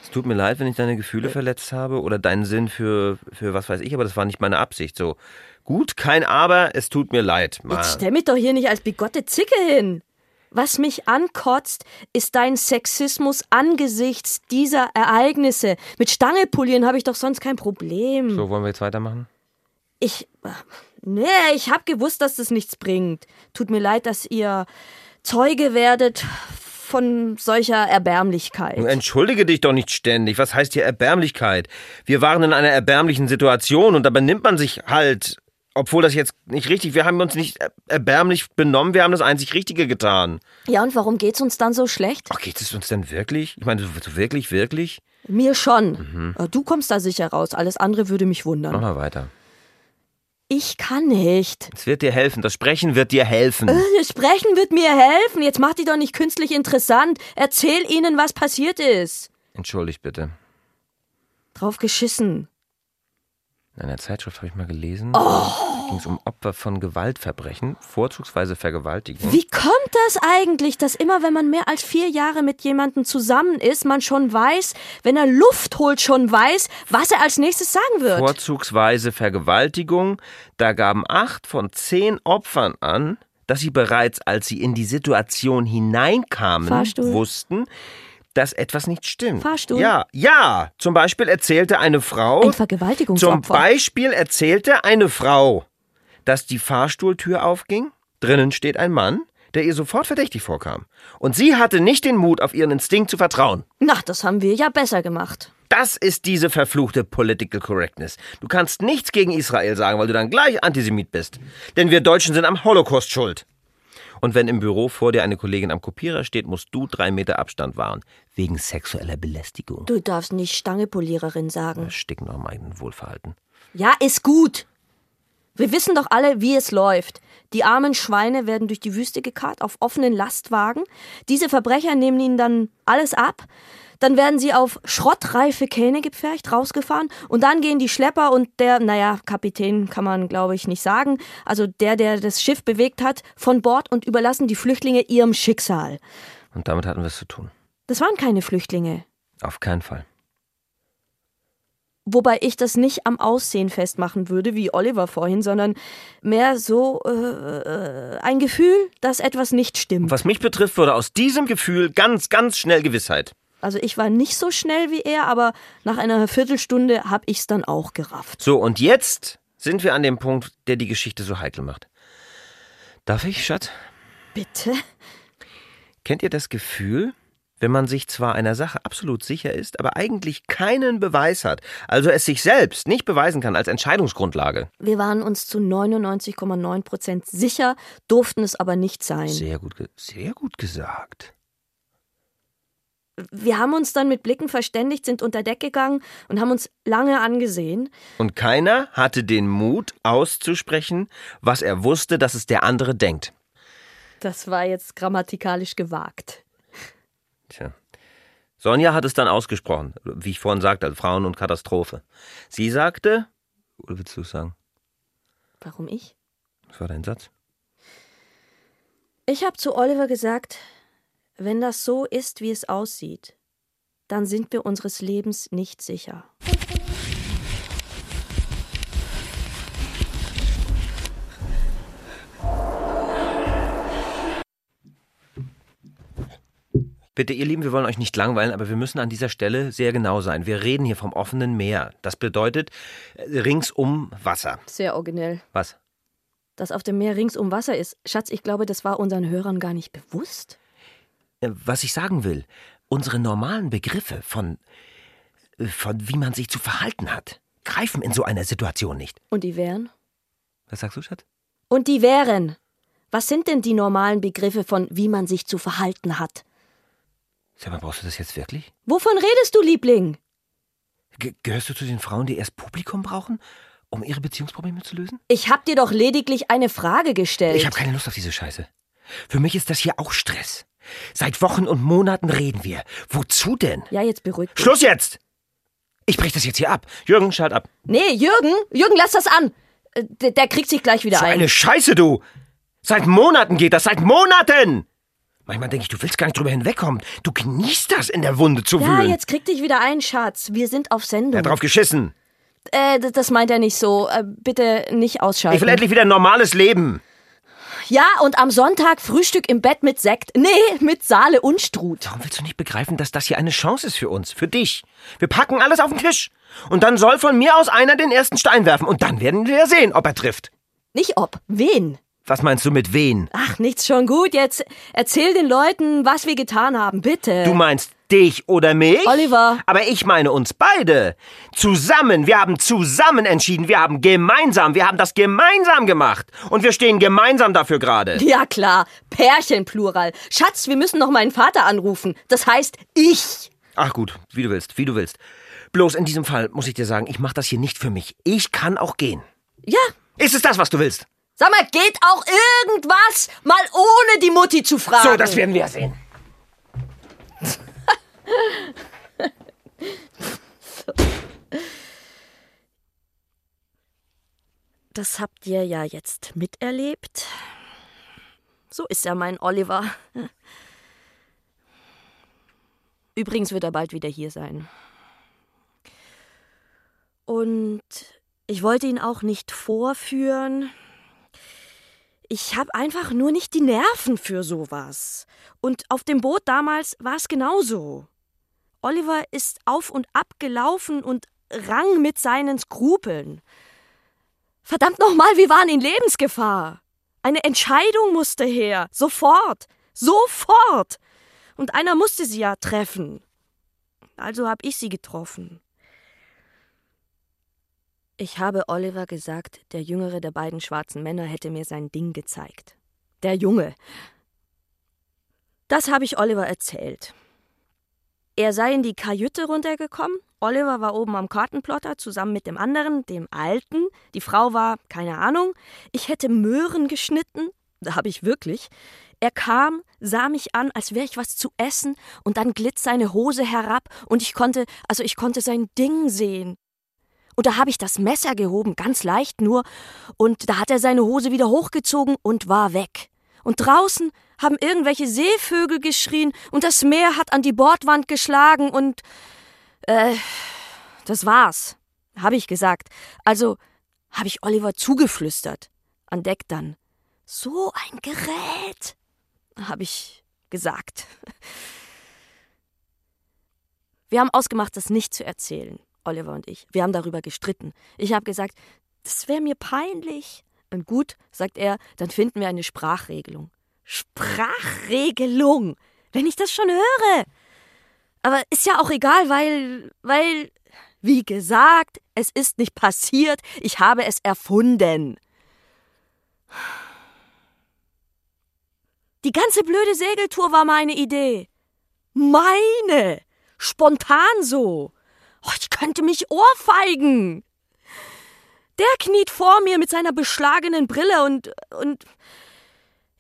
Speaker 2: Es tut mir leid, wenn ich deine Gefühle verletzt habe oder deinen Sinn für, für was weiß ich, aber das war nicht meine Absicht. So, gut, kein Aber, es tut mir leid. Mann.
Speaker 5: Jetzt stell mich doch hier nicht als bigotte Zicke hin. Was mich ankotzt, ist dein Sexismus angesichts dieser Ereignisse. Mit Stange polieren habe ich doch sonst kein Problem.
Speaker 2: So, wollen wir jetzt weitermachen?
Speaker 5: Ich. Nee, ich hab gewusst, dass das nichts bringt. Tut mir leid, dass ihr Zeuge werdet von solcher Erbärmlichkeit.
Speaker 2: Nun entschuldige dich doch nicht ständig. Was heißt hier Erbärmlichkeit? Wir waren in einer erbärmlichen Situation und dabei nimmt man sich halt Obwohl das jetzt nicht richtig, wir haben uns nicht er- erbärmlich benommen, wir haben das einzig Richtige getan.
Speaker 5: Ja, und warum geht's uns dann so schlecht?
Speaker 2: Ach, geht es uns denn wirklich? Ich meine, so- so wirklich, wirklich?
Speaker 5: Mir schon. Äh, Du kommst da sicher raus. Alles andere würde mich
Speaker 2: Mach
Speaker 5: wundern.
Speaker 2: mal weiter.
Speaker 5: Ich kann nicht.
Speaker 2: Es wird dir helfen, das Sprechen wird dir helfen.
Speaker 5: Das Sprechen wird mir helfen. Jetzt mach die doch nicht künstlich interessant. Erzähl ihnen, was passiert ist.
Speaker 2: Entschuldigt bitte.
Speaker 5: Drauf geschissen.
Speaker 2: In einer Zeitschrift habe ich mal gelesen,
Speaker 5: Oh.
Speaker 2: da ging es um Opfer von Gewaltverbrechen, vorzugsweise Vergewaltigung.
Speaker 5: Wie kommt das eigentlich, dass immer, wenn man mehr als vier Jahre mit jemandem zusammen ist, man schon weiß, wenn er Luft holt, schon weiß, was er als nächstes sagen wird?
Speaker 2: Vorzugsweise Vergewaltigung. Da gaben acht von zehn Opfern an, dass sie bereits, als sie in die Situation hineinkamen,
Speaker 5: Fahrstuhl.
Speaker 2: wussten, dass etwas nicht stimmt.
Speaker 5: Fahrstuhl.
Speaker 2: Ja, ja. Zum Beispiel erzählte eine Frau.
Speaker 5: Ein
Speaker 2: Zum
Speaker 5: Vergewaltigungsopfer.
Speaker 2: Beispiel erzählte eine Frau, dass die Fahrstuhltür aufging, drinnen steht ein Mann, der ihr sofort verdächtig vorkam. Und sie hatte nicht den Mut, auf ihren Instinkt zu vertrauen.
Speaker 5: Na, das haben wir ja besser gemacht.
Speaker 2: Das ist diese verfluchte Political Correctness. Du kannst nichts gegen Israel sagen, weil du dann gleich Antisemit bist. Denn wir Deutschen sind am Holocaust schuld. Und wenn im Büro vor dir eine Kollegin am Kopierer steht, musst du drei Meter Abstand wahren. Wegen sexueller Belästigung.
Speaker 5: Du darfst nicht Stangepoliererin sagen.
Speaker 2: Ersticken am eigenen Wohlverhalten.
Speaker 5: Ja, ist gut. Wir wissen doch alle, wie es läuft. Die armen Schweine werden durch die Wüste gekarrt auf offenen Lastwagen. Diese Verbrecher nehmen ihnen dann alles ab. Dann werden sie auf schrottreife Kähne gepfercht, rausgefahren. Und dann gehen die Schlepper und der, naja, Kapitän kann man, glaube ich, nicht sagen. Also der, der das Schiff bewegt hat, von Bord und überlassen die Flüchtlinge ihrem Schicksal.
Speaker 2: Und damit hatten wir es zu tun.
Speaker 5: Das waren keine Flüchtlinge.
Speaker 2: Auf keinen Fall.
Speaker 5: Wobei ich das nicht am Aussehen festmachen würde, wie Oliver vorhin, sondern mehr so äh, äh, ein Gefühl, dass etwas nicht
Speaker 2: Und
Speaker 5: stimmt.
Speaker 2: was mich betrifft, wurde aus diesem Gefühl ganz, ganz schnell Gewissheit.
Speaker 5: Also ich war nicht so schnell wie er, aber nach einer Viertelstunde habe ich es dann auch gerafft.
Speaker 2: So, und jetzt sind wir an dem Punkt, der die Geschichte so heikel macht. Darf ich, Schatz?
Speaker 5: Bitte?
Speaker 2: Kennt ihr das Gefühl, wenn man sich zwar einer Sache absolut sicher ist, aber eigentlich keinen Beweis hat, also es sich selbst nicht beweisen kann als Entscheidungsgrundlage?
Speaker 5: Wir waren uns zu 99,9 Prozent sicher, durften es aber nicht sein.
Speaker 2: Sehr gut, ge- sehr gut gesagt.
Speaker 5: Wir haben uns dann mit Blicken verständigt, sind unter Deck gegangen und haben uns lange angesehen.
Speaker 2: Und keiner hatte den Mut auszusprechen, was er wusste, dass es der andere denkt.
Speaker 5: Das war jetzt grammatikalisch gewagt.
Speaker 2: Tja. Sonja hat es dann ausgesprochen, wie ich vorhin sagte, also Frauen und Katastrophe. Sie sagte, oder willst du es sagen?
Speaker 5: Warum ich?
Speaker 2: Das war dein Satz.
Speaker 5: Ich habe zu Oliver gesagt, wenn das so ist, wie es aussieht, dann sind wir unseres Lebens nicht sicher.
Speaker 2: Bitte, ihr Lieben, wir wollen euch nicht langweilen, aber wir müssen an dieser Stelle sehr genau sein. Wir reden hier vom offenen Meer. Das bedeutet äh, ringsum Wasser.
Speaker 5: Sehr originell.
Speaker 2: Was?
Speaker 5: Dass auf dem Meer rings um Wasser ist. Schatz, ich glaube, das war unseren Hörern gar nicht bewusst.
Speaker 2: Äh, Was ich sagen will, unsere normalen Begriffe von, äh, von wie man sich zu verhalten hat, greifen in so einer Situation nicht.
Speaker 5: Und die wären?
Speaker 2: Was sagst du, Schatz?
Speaker 5: Und die wären. Was sind denn die normalen Begriffe von wie man sich zu verhalten hat?
Speaker 2: Sag mal, brauchst du das jetzt wirklich?
Speaker 5: Wovon redest du, Liebling?
Speaker 2: Ge- gehörst du zu den Frauen, die erst Publikum brauchen, um ihre Beziehungsprobleme zu lösen?
Speaker 5: Ich hab dir doch lediglich eine Frage gestellt.
Speaker 2: Ich habe keine Lust auf diese Scheiße. Für mich ist das hier auch Stress. Seit Wochen und Monaten reden wir. Wozu denn?
Speaker 5: ja, jetzt beruhigt. dich.
Speaker 2: Schluss jetzt! Ich brech das jetzt hier ab. Jürgen, schalt ab.
Speaker 5: Nee, Jürgen, Jürgen, lass das an. Äh, Der, der kriegt sich gleich wieder
Speaker 2: So
Speaker 5: ein.
Speaker 2: eine Scheiße, du! Seit Monaten geht das, seit Monaten! Manchmal denke ich, du willst gar nicht drüber hinwegkommen. Du genießt das, in der Wunde zu
Speaker 5: Ja,
Speaker 2: wühlen.
Speaker 5: jetzt krieg dich wieder ein, Schatz. Wir sind auf
Speaker 2: Er
Speaker 5: Sendung.
Speaker 2: hat drauf geschissen.
Speaker 5: äh, das, das meint er nicht so. Äh, bitte nicht ausschalten.
Speaker 2: Ich will endlich wieder ein normales Leben.
Speaker 5: ja, und am Sonntag Frühstück im Bett mit Sekt. Nee, mit Saale und Strut.
Speaker 2: Warum willst du nicht begreifen, dass das hier eine Chance ist für uns, für dich? Wir packen alles auf den Tisch. Und dann soll von mir aus einer den ersten Stein werfen. Und dann werden wir sehen, ob er trifft.
Speaker 5: Nicht ob, wen?
Speaker 2: Was meinst du mit wen?
Speaker 5: Ach, nichts schon gut. Jetzt erzähl den Leuten, was wir getan haben, bitte.
Speaker 2: Du meinst dich oder mich.
Speaker 5: Äh. Oliver.
Speaker 2: Aber ich meine uns beide. Zusammen. Wir haben zusammen entschieden. Wir haben gemeinsam. Wir haben das gemeinsam gemacht. Und wir stehen gemeinsam dafür gerade.
Speaker 5: Ja klar, Pärchen Plural. Schatz, wir müssen noch meinen Vater anrufen. Das heißt ich.
Speaker 2: Ach gut, wie du willst, wie du willst. Bloß in diesem Fall muss ich dir sagen, ich mache das hier nicht für mich. Ich kann auch gehen.
Speaker 5: Ja.
Speaker 2: Ist es das, was du willst?
Speaker 5: Sag mal, geht auch irgendwas mal ohne die Mutti zu fragen.
Speaker 2: So, das werden wir sehen.
Speaker 5: Das habt ihr ja jetzt miterlebt. So ist er, mein Oliver. Übrigens wird er bald wieder hier sein. Und ich wollte ihn auch nicht vorführen. Ich habe einfach nur nicht die Nerven für sowas. Und auf dem Boot damals war es genauso. Oliver ist auf und ab gelaufen und rang mit seinen Skrupeln. Verdammt nochmal, wir waren in Lebensgefahr. Eine Entscheidung musste her. Sofort. Sofort. Und einer musste sie ja treffen. Also habe ich sie getroffen. Ich habe Oliver gesagt, der jüngere der beiden schwarzen Männer hätte mir sein Ding gezeigt. Der Junge. Das habe ich Oliver erzählt. Er sei in die Kajüte runtergekommen. Oliver war oben am Kartenplotter zusammen mit dem anderen, dem Alten. Die Frau war, keine Ahnung. Ich hätte Möhren geschnitten. Da habe ich wirklich. Er kam, sah mich an, als wäre ich was zu essen, und dann glitt seine Hose herab und ich konnte, also ich konnte sein Ding sehen. Und da habe ich das Messer gehoben, ganz leicht nur, und da hat er seine Hose wieder hochgezogen und war weg. Und draußen haben irgendwelche Seevögel geschrien und das Meer hat an die Bordwand geschlagen und äh, das war's, habe ich gesagt. Also habe ich Oliver zugeflüstert. An Deck dann. So ein Gerät, habe ich gesagt. Wir haben ausgemacht, das nicht zu erzählen, Oliver und ich. Wir haben darüber gestritten. Ich habe gesagt, das wäre mir peinlich. Und gut, sagt er, dann finden wir eine Sprachregelung. Sprachregelung. Wenn ich das schon höre. Aber ist ja auch egal, weil, weil, wie gesagt, es ist nicht passiert. Ich habe es erfunden. Die ganze blöde Segeltour war meine Idee. Meine. Spontan so. Oh, ich könnte mich ohrfeigen. Der kniet vor mir mit seiner beschlagenen Brille und, und,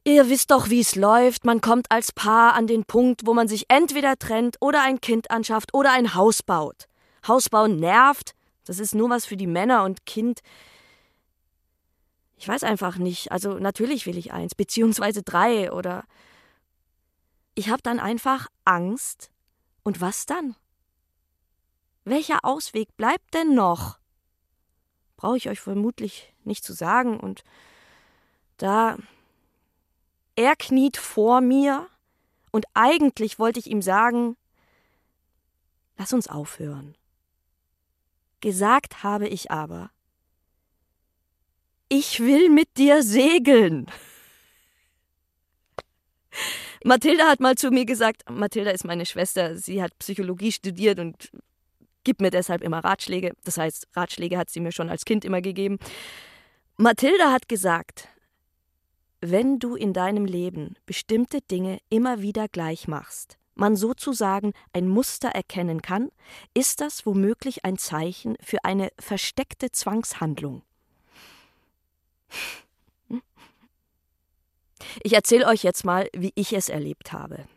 Speaker 5: Ihr wisst doch, wie es läuft. Man kommt als Paar an den Punkt, wo man sich entweder trennt oder ein Kind anschafft oder ein Haus baut. Hausbauen nervt. Das ist nur was für die Männer und Kind. Ich weiß einfach nicht. Also natürlich will ich eins, beziehungsweise drei oder. Ich habe dann einfach Angst. Und was dann? Welcher Ausweg bleibt denn noch? Brauche ich euch vermutlich nicht zu sagen. Und da er kniet vor mir und eigentlich wollte ich ihm sagen, lass uns aufhören. Gesagt habe ich aber, ich will mit dir segeln. Mathilda hat mal zu mir gesagt, Mathilda ist meine Schwester, sie hat Psychologie studiert und gibt mir deshalb immer Ratschläge. Das heißt, Ratschläge hat sie mir schon als Kind immer gegeben. Mathilda hat gesagt, wenn du in deinem Leben bestimmte Dinge immer wieder gleich machst, man sozusagen ein Muster erkennen kann, ist das womöglich ein Zeichen für eine versteckte Zwangshandlung. Ich erzähle euch jetzt mal, wie ich es erlebt habe.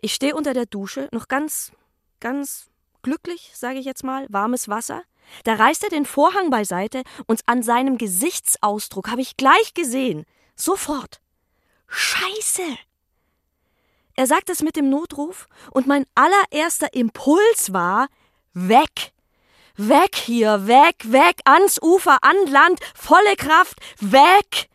Speaker 5: Ich stehe unter der Dusche, noch ganz, ganz glücklich, sage ich jetzt mal, warmes Wasser. Da reißt er den Vorhang beiseite und an seinem Gesichtsausdruck habe ich gleich gesehen, Sofort. Scheiße. Er sagt es mit dem Notruf und mein allererster Impuls war weg. Weg hier, weg, weg, ans Ufer, an Land, volle Kraft, weg.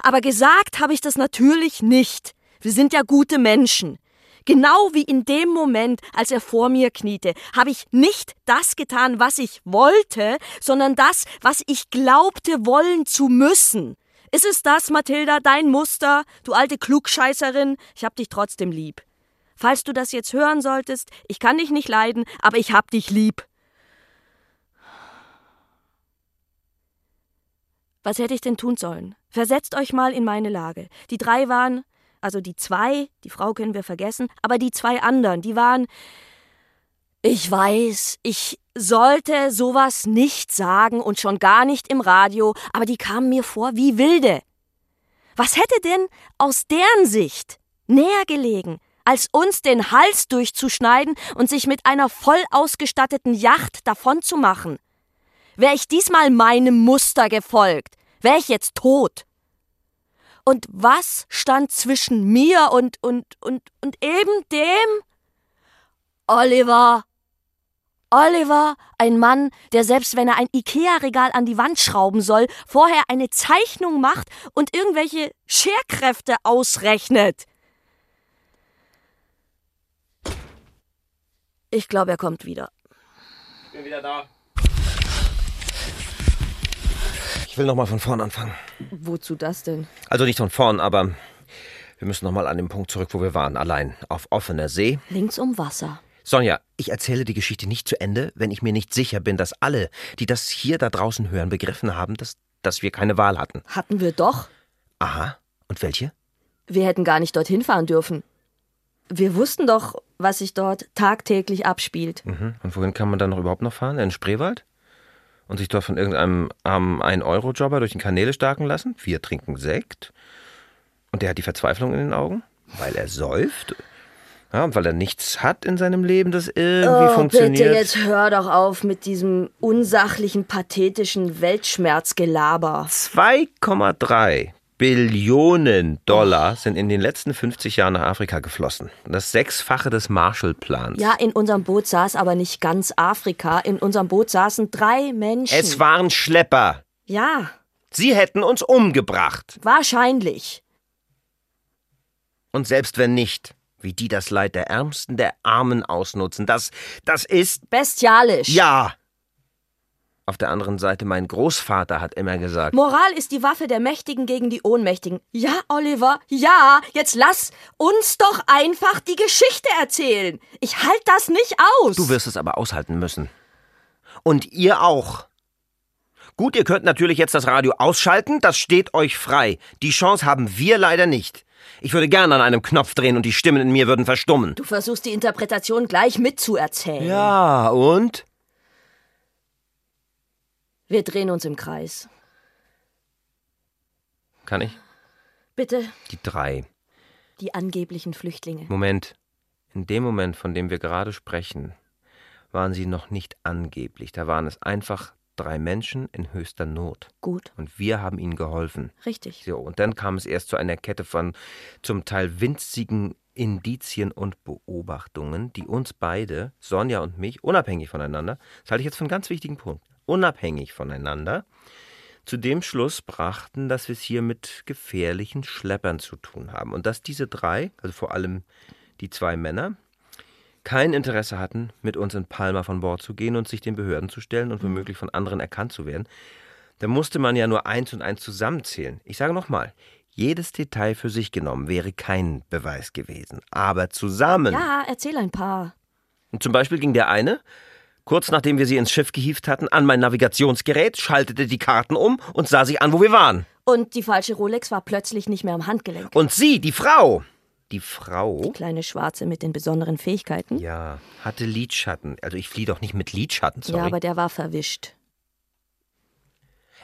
Speaker 5: Aber gesagt habe ich das natürlich nicht. Wir sind ja gute Menschen. Genau wie in dem Moment, als er vor mir kniete, habe ich nicht das getan, was ich wollte, sondern das, was ich glaubte wollen zu müssen. Ist es das, Mathilda, dein Muster? Du alte Klugscheißerin, ich hab dich trotzdem lieb. Falls du das jetzt hören solltest, ich kann dich nicht leiden, aber ich hab dich lieb. Was hätte ich denn tun sollen? Versetzt euch mal in meine Lage. Die drei waren, also die zwei, die Frau können wir vergessen, aber die zwei anderen, die waren. Ich weiß, ich sollte sowas nicht sagen und schon gar nicht im Radio, aber die kamen mir vor wie Wilde. Was hätte denn aus deren Sicht näher gelegen, als uns den Hals durchzuschneiden und sich mit einer voll ausgestatteten Yacht davonzumachen? Wäre ich diesmal meinem Muster gefolgt, wäre ich jetzt tot. Und was stand zwischen mir und, und, und, und eben dem? Oliver. Oliver, ein Mann, der selbst wenn er ein Ikea-Regal an die Wand schrauben soll, vorher eine Zeichnung macht und irgendwelche Scherkräfte ausrechnet. Ich glaube, er kommt wieder.
Speaker 2: bin wieder da. Ich will nochmal von vorn anfangen.
Speaker 6: Wozu das denn?
Speaker 2: Also nicht von vorn, aber wir müssen nochmal an den Punkt zurück, wo wir waren. Allein auf offener See.
Speaker 5: Links um Wasser.
Speaker 2: Sonja, ich erzähle die Geschichte nicht zu Ende, wenn ich mir nicht sicher bin, dass alle, die das hier da draußen hören, begriffen haben, dass, dass wir keine Wahl hatten.
Speaker 5: Hatten wir doch.
Speaker 2: Aha. Und welche?
Speaker 5: Wir hätten gar nicht dorthin fahren dürfen. Wir wussten doch, was sich dort tagtäglich abspielt.
Speaker 2: Mhm. Und wohin kann man dann noch überhaupt noch fahren? In den Spreewald? Und sich dort von irgendeinem armen 1-Euro-Jobber durch den Kanäle starken lassen? Wir trinken Sekt. Und der hat die Verzweiflung in den Augen, weil er säuft. Ja, und weil er nichts hat in seinem Leben, das irgendwie funktioniert.
Speaker 5: Oh, Bitte, jetzt hör doch auf mit diesem unsachlichen, pathetischen Weltschmerzgelaber.
Speaker 2: 2,3 Billionen Dollar sind in den letzten 50 Jahren nach Afrika geflossen. Das Sechsfache des Marshallplans.
Speaker 5: Ja, in unserem Boot saß aber nicht ganz Afrika. In unserem Boot saßen drei Menschen.
Speaker 2: Es waren Schlepper.
Speaker 5: ja,
Speaker 2: Sie hätten uns umgebracht.
Speaker 5: wahrscheinlich.
Speaker 2: Und selbst wenn nicht, wie die das Leid der Ärmsten, der Armen ausnutzen, das, das ist
Speaker 5: Bestialisch.
Speaker 2: ja. Auf der anderen Seite, mein Großvater hat immer gesagt,
Speaker 5: Moral ist die Waffe der Mächtigen gegen die Ohnmächtigen. Ja, Oliver, ja, jetzt lass uns doch einfach die Geschichte erzählen. Ich halte das nicht aus.
Speaker 2: Du wirst es aber aushalten müssen. Und ihr auch. Gut, ihr könnt natürlich jetzt das Radio ausschalten, das steht euch frei. Die Chance haben wir leider nicht. Ich würde gerne an einem Knopf drehen und die Stimmen in mir würden verstummen.
Speaker 5: Du versuchst die Interpretation gleich mitzuerzählen.
Speaker 2: Ja, und?
Speaker 5: Wir drehen uns im Kreis.
Speaker 2: Kann ich?
Speaker 5: Bitte,
Speaker 2: Die drei.
Speaker 5: die angeblichen Flüchtlinge.
Speaker 2: Moment. In dem Moment, von dem wir gerade sprechen, waren sie noch nicht angeblich. Da waren es einfach drei Menschen in höchster Not.
Speaker 5: Gut,
Speaker 2: Und wir haben ihnen geholfen.
Speaker 5: richtig.
Speaker 2: So, und dann kam es erst zu einer Kette von zum Teil winzigen Indizien und Beobachtungen, die uns beide, Sonja und mich, unabhängig voneinander, das halte ich jetzt für einen ganz wichtigen Punkt, unabhängig voneinander, zu dem Schluss brachten, dass wir es hier mit gefährlichen Schleppern zu tun haben. Und dass diese drei, also vor allem die zwei Männer, kein Interesse hatten, mit uns in Palma von Bord zu gehen und sich den Behörden zu stellen
Speaker 5: Mhm.
Speaker 2: und womöglich von anderen erkannt zu werden. Da musste man ja nur eins und eins zusammenzählen. Ich sage nochmal, jedes Detail für sich genommen wäre kein Beweis gewesen. Aber zusammen.
Speaker 5: Ja, erzähl ein paar.
Speaker 2: Und zum Beispiel ging der eine, kurz nachdem wir sie ins Schiff gehievt hatten, an mein Navigationsgerät, schaltete die Karten um und sah sich an, wo wir waren.
Speaker 5: Und die falsche Rolex war plötzlich nicht mehr am Handgelenk.
Speaker 2: Und sie, die Frau. Die Frau?
Speaker 5: Kleine Schwarze mit den besonderen Fähigkeiten.
Speaker 2: Oh. Ja, hatte Lidschatten. Also ich fliehe doch nicht mit Lidschatten, sorry.
Speaker 5: ja aber der war verwischt.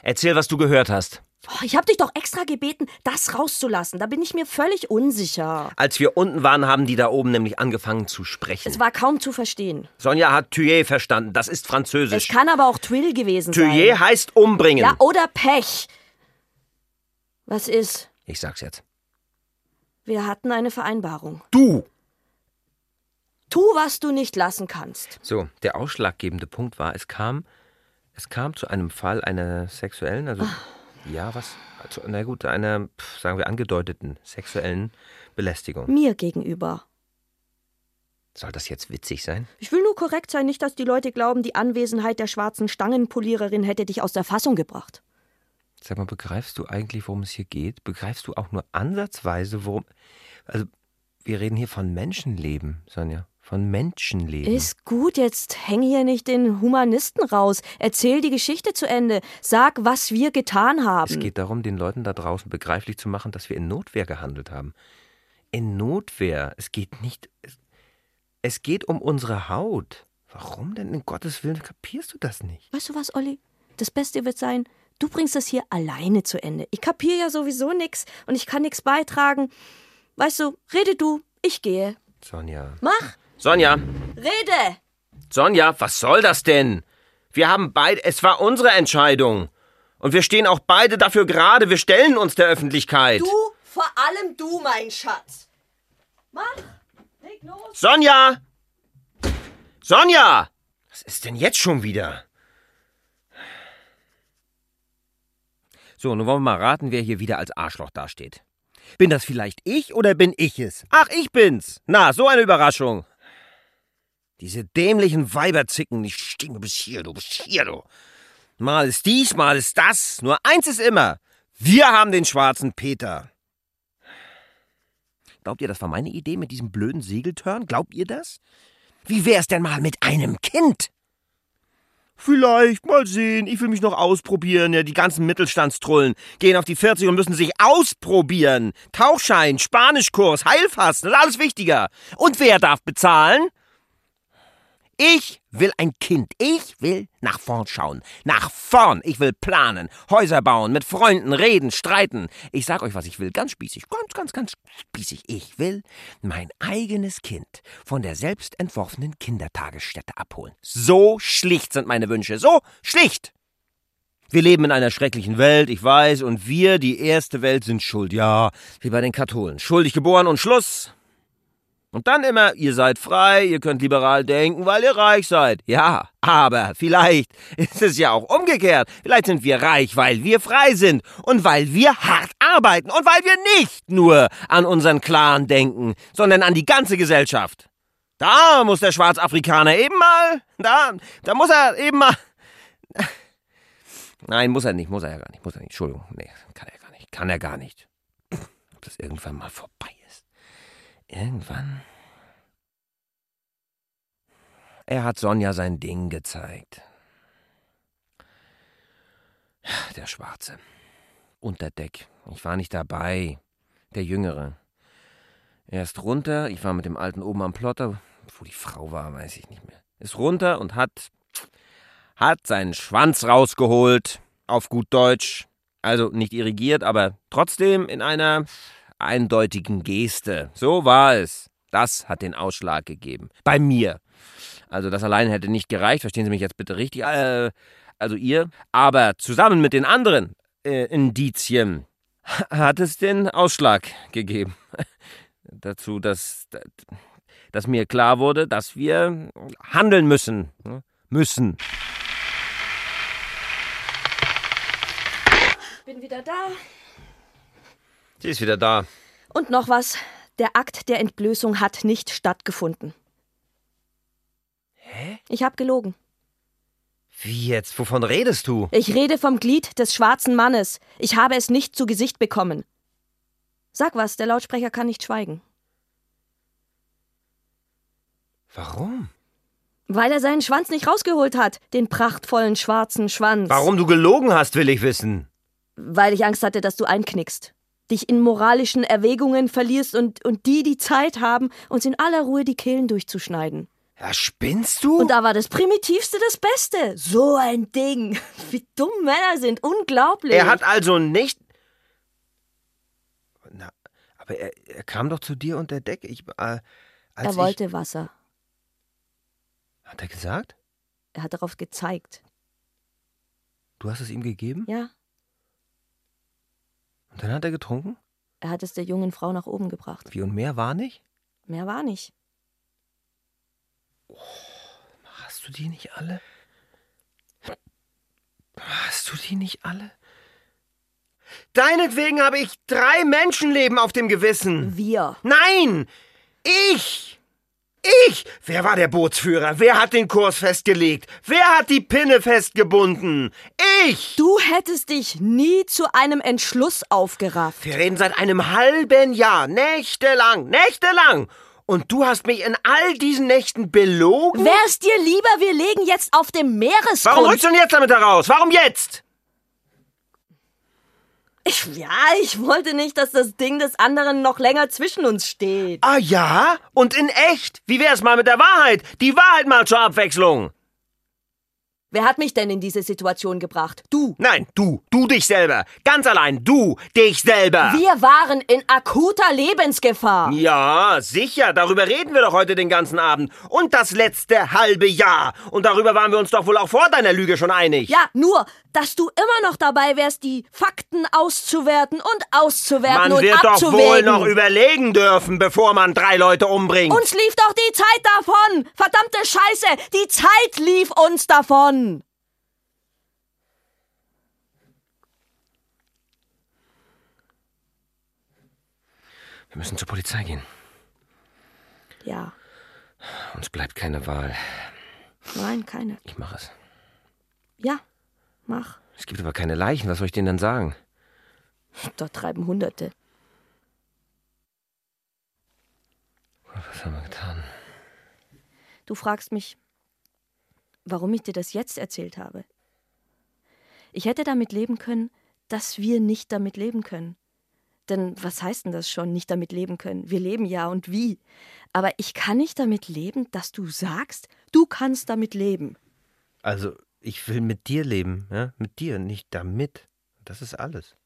Speaker 2: Erzähl, was du gehört hast.
Speaker 5: Oh, ich habe dich doch extra gebeten, das rauszulassen. Da bin ich mir völlig unsicher.
Speaker 2: Als wir unten waren, haben die da oben nämlich angefangen zu sprechen.
Speaker 5: Es war kaum zu verstehen.
Speaker 2: Sonja hat Thuyer verstanden. Das ist
Speaker 5: Es
Speaker 2: Französisch.
Speaker 5: kann aber auch Twill gewesen
Speaker 2: Thuyer
Speaker 5: sein.
Speaker 2: heißt umbringen.
Speaker 5: Ja, oder Pech. Was ist?
Speaker 2: Ich sag's jetzt.
Speaker 5: Wir hatten eine Vereinbarung.
Speaker 2: Du!
Speaker 5: Tu, was du nicht lassen kannst.
Speaker 2: So, der ausschlaggebende Punkt war, es kam, es kam zu einem Fall einer sexuellen,
Speaker 5: Ah.
Speaker 2: also ja, was, also, na gut, einer, pf, sagen wir, angedeuteten sexuellen Belästigung.
Speaker 5: Mir gegenüber.
Speaker 2: Soll das jetzt witzig sein?
Speaker 5: Ich will nur korrekt sein, nicht, dass die Leute glauben, die Anwesenheit der schwarzen Stangenpoliererin hätte dich aus der Fassung gebracht.
Speaker 2: Sag mal, begreifst du eigentlich, worum es hier geht? Begreifst du auch nur ansatzweise, worum, also Wir reden hier von Menschenleben, Sonja. Von Menschenleben.
Speaker 5: Ist gut, jetzt häng hier nicht den Humanisten raus. Erzähl die Geschichte zu Ende. Sag, was wir getan
Speaker 2: Es
Speaker 5: haben.
Speaker 2: geht darum, den Leuten da draußen begreiflich zu machen, dass wir in Notwehr gehandelt haben. In Notwehr. Es geht nicht. Es, es geht um unsere Haut. Warum denn in Gottes Willen kapierst du das nicht?
Speaker 5: Weißt du was, Olli? Das Beste wird sein, du bringst das hier alleine zu Ende. Ich kapier ja sowieso nix und ich kann nix beitragen. Weißt du, rede du, ich gehe.
Speaker 2: Sonja.
Speaker 5: Mach,
Speaker 2: Sonja!
Speaker 5: rede!
Speaker 2: Sonja, was soll das denn? Wir haben beide. Es war unsere Entscheidung. Und wir stehen auch beide dafür gerade. Wir stellen uns der Öffentlichkeit.
Speaker 3: Du
Speaker 5: vor allem du, mein Schatz. Mach, leg los.
Speaker 2: Sonja! Sonja! Was ist denn jetzt schon wieder? So, nun wollen wir mal raten, wer hier wieder als Arschloch dasteht. Bin das vielleicht ich oder bin ich es? Ach, ich bin's! Na, so eine Überraschung! Diese dämlichen Weiberzicken, die stinken, du bist hier, du bist hier, du. Mal ist dies, mal ist das. Nur eins ist immer. Wir haben den schwarzen Peter. Glaubt ihr, das war meine Idee mit diesem blöden Segeltörn? Glaubt ihr das? Wie wär's denn mal mit einem Kind? Vielleicht, mal sehen. Ich will mich noch ausprobieren. Ja, die ganzen Mittelstandstrullen gehen auf die 40 und müssen sich ausprobieren. Tauchschein, Spanischkurs, Heilfasten, das ist alles wichtiger. Und wer darf bezahlen? Ich will ein Kind. Ich will nach vorn schauen. Nach vorn. Ich will planen, Häuser bauen, mit Freunden reden, streiten. Ich sag euch, was ich will. Ganz spießig. Ganz, ganz, ganz spießig. Ich will mein eigenes Kind von der selbst entworfenen Kindertagesstätte abholen. So schlicht sind meine Wünsche. So schlicht. Wir leben in einer schrecklichen Welt, ich weiß, und wir, die erste Welt, sind schuld. Ja, wie bei den Katholen. Schuldig geboren und Schluss. Und dann immer, ihr seid frei, ihr könnt liberal denken, weil ihr reich seid. Ja, aber vielleicht ist es ja auch umgekehrt. Vielleicht sind wir reich, weil wir frei sind und weil wir hart arbeiten und weil wir nicht nur an unseren Clan denken, sondern an die ganze Gesellschaft. Da muss der Schwarzafrikaner eben mal, da, da muss er eben mal. Nein, muss er nicht, muss er ja gar nicht, muss er nicht. Entschuldigung, nee, kann er gar nicht, kann er gar nicht. Ob das irgendwann mal vorbei ist irgendwann. Er hat Sonja sein Ding gezeigt. Der Schwarze. Unter Deck. Ich war nicht dabei. Der Jüngere. Er ist runter. Ich war mit dem Alten oben am Plotter. Wo die Frau war, weiß ich nicht mehr. Ist runter und hat. hat seinen Schwanz rausgeholt. Auf gut Deutsch. Also nicht irrigiert, aber trotzdem in einer eindeutigen Geste. So war es. Das hat den Ausschlag gegeben. Bei mir. Also das allein hätte nicht gereicht, verstehen Sie mich jetzt bitte richtig, äh, also ihr. Aber zusammen mit den anderen äh, Indizien hat es den Ausschlag gegeben. Dazu, dass, dass mir klar wurde, dass wir handeln müssen. ne, Müssen.
Speaker 5: Bin wieder da.
Speaker 2: Sie ist wieder da.
Speaker 5: Und noch was. Der Akt der Entblößung hat nicht stattgefunden. Hä? Ich habe gelogen.
Speaker 2: Wie jetzt? Wovon redest du?
Speaker 5: Ich rede vom Glied des schwarzen Mannes. Ich habe es nicht zu Gesicht bekommen. Sag was, der Lautsprecher kann nicht schweigen.
Speaker 2: Warum?
Speaker 5: Weil er seinen Schwanz nicht rausgeholt hat, den prachtvollen schwarzen Schwanz.
Speaker 2: Warum du gelogen hast, will ich wissen.
Speaker 5: Weil ich Angst hatte, dass du einknickst, dich in moralischen Erwägungen verlierst und, und die, die Zeit haben, uns in aller Ruhe die Kehlen durchzuschneiden.
Speaker 2: Ja, spinnst du?
Speaker 5: Und da war das Primitivste das Beste. So ein Ding. Wie dumm Männer sind. Unglaublich.
Speaker 2: Er hat also nicht. Na, aber er, er kam doch zu dir unter Deck. Ich, äh, als
Speaker 5: er wollte Wasser.
Speaker 2: Ich, hat er gesagt?
Speaker 5: Er hat darauf gezeigt.
Speaker 2: Du hast es ihm gegeben?
Speaker 5: Ja,
Speaker 2: Und dann hat er getrunken?
Speaker 5: er hat es der jungen Frau nach oben gebracht.
Speaker 2: Wie und mehr war nicht?
Speaker 5: Mehr war nicht.
Speaker 2: Hast du die nicht alle? Hast du die nicht alle? Deinetwegen habe ich drei Menschenleben auf dem Gewissen.
Speaker 5: Wir.
Speaker 2: Nein! Ich! Ich? Wer war der Bootsführer? Wer hat den Kurs festgelegt? Wer hat die Pinne festgebunden? Ich!
Speaker 5: Du hättest dich nie zu einem Entschluss aufgerafft.
Speaker 2: Wir reden seit einem halben Jahr, nächtelang, nächtelang. Und du hast mich in all diesen Nächten belogen?
Speaker 5: Wäre es dir lieber, wir legen jetzt auf dem
Speaker 2: Warum
Speaker 5: Meeresgrund?
Speaker 2: rückst du denn jetzt damit heraus? Warum jetzt?
Speaker 5: Ich, ja, ich wollte nicht, dass das Ding des anderen noch länger zwischen uns steht.
Speaker 2: Ah ja? Und in echt? Wie wär's mal mit der Wahrheit? Die Wahrheit mal zur Abwechslung.
Speaker 5: Wer hat mich denn in diese Situation gebracht? Du.
Speaker 2: Nein, du, du dich selber. Ganz allein, du, dich selber.
Speaker 5: Wir waren in akuter Lebensgefahr.
Speaker 2: Ja, sicher, darüber reden wir doch heute den ganzen Abend. Und das letzte halbe Jahr. Und darüber waren wir uns doch wohl auch vor deiner Lüge schon einig.
Speaker 5: Ja, nur, dass du immer noch dabei wärst, die Fakten auszuwerten und auszuwerten
Speaker 2: Man
Speaker 5: und
Speaker 2: wird doch
Speaker 5: abzuwägen.
Speaker 2: wohl noch überlegen dürfen, bevor man drei Leute umbringt.
Speaker 5: uns lief doch die Zeit davon. Verdammte Scheiße, die Zeit lief uns davon.
Speaker 2: wir müssen zur Polizei gehen.
Speaker 5: Ja,
Speaker 2: Uns bleibt keine Wahl.
Speaker 5: nein, keine.
Speaker 2: Ich mache es.
Speaker 5: Ja, mach.
Speaker 2: Es gibt aber keine Leichen, was soll ich denen dann sagen?
Speaker 5: Dort treiben Hunderte.
Speaker 2: Was haben wir getan?
Speaker 5: Du fragst mich, warum ich dir das jetzt erzählt habe. Ich hätte damit leben können, dass wir nicht damit leben können. Denn was heißt denn das schon, nicht damit leben können? Wir leben ja und wie. Aber ich kann nicht damit leben, dass du sagst, du kannst damit leben.
Speaker 2: Also, ich will mit dir leben, ja? Mit dir, nicht damit. Das ist alles.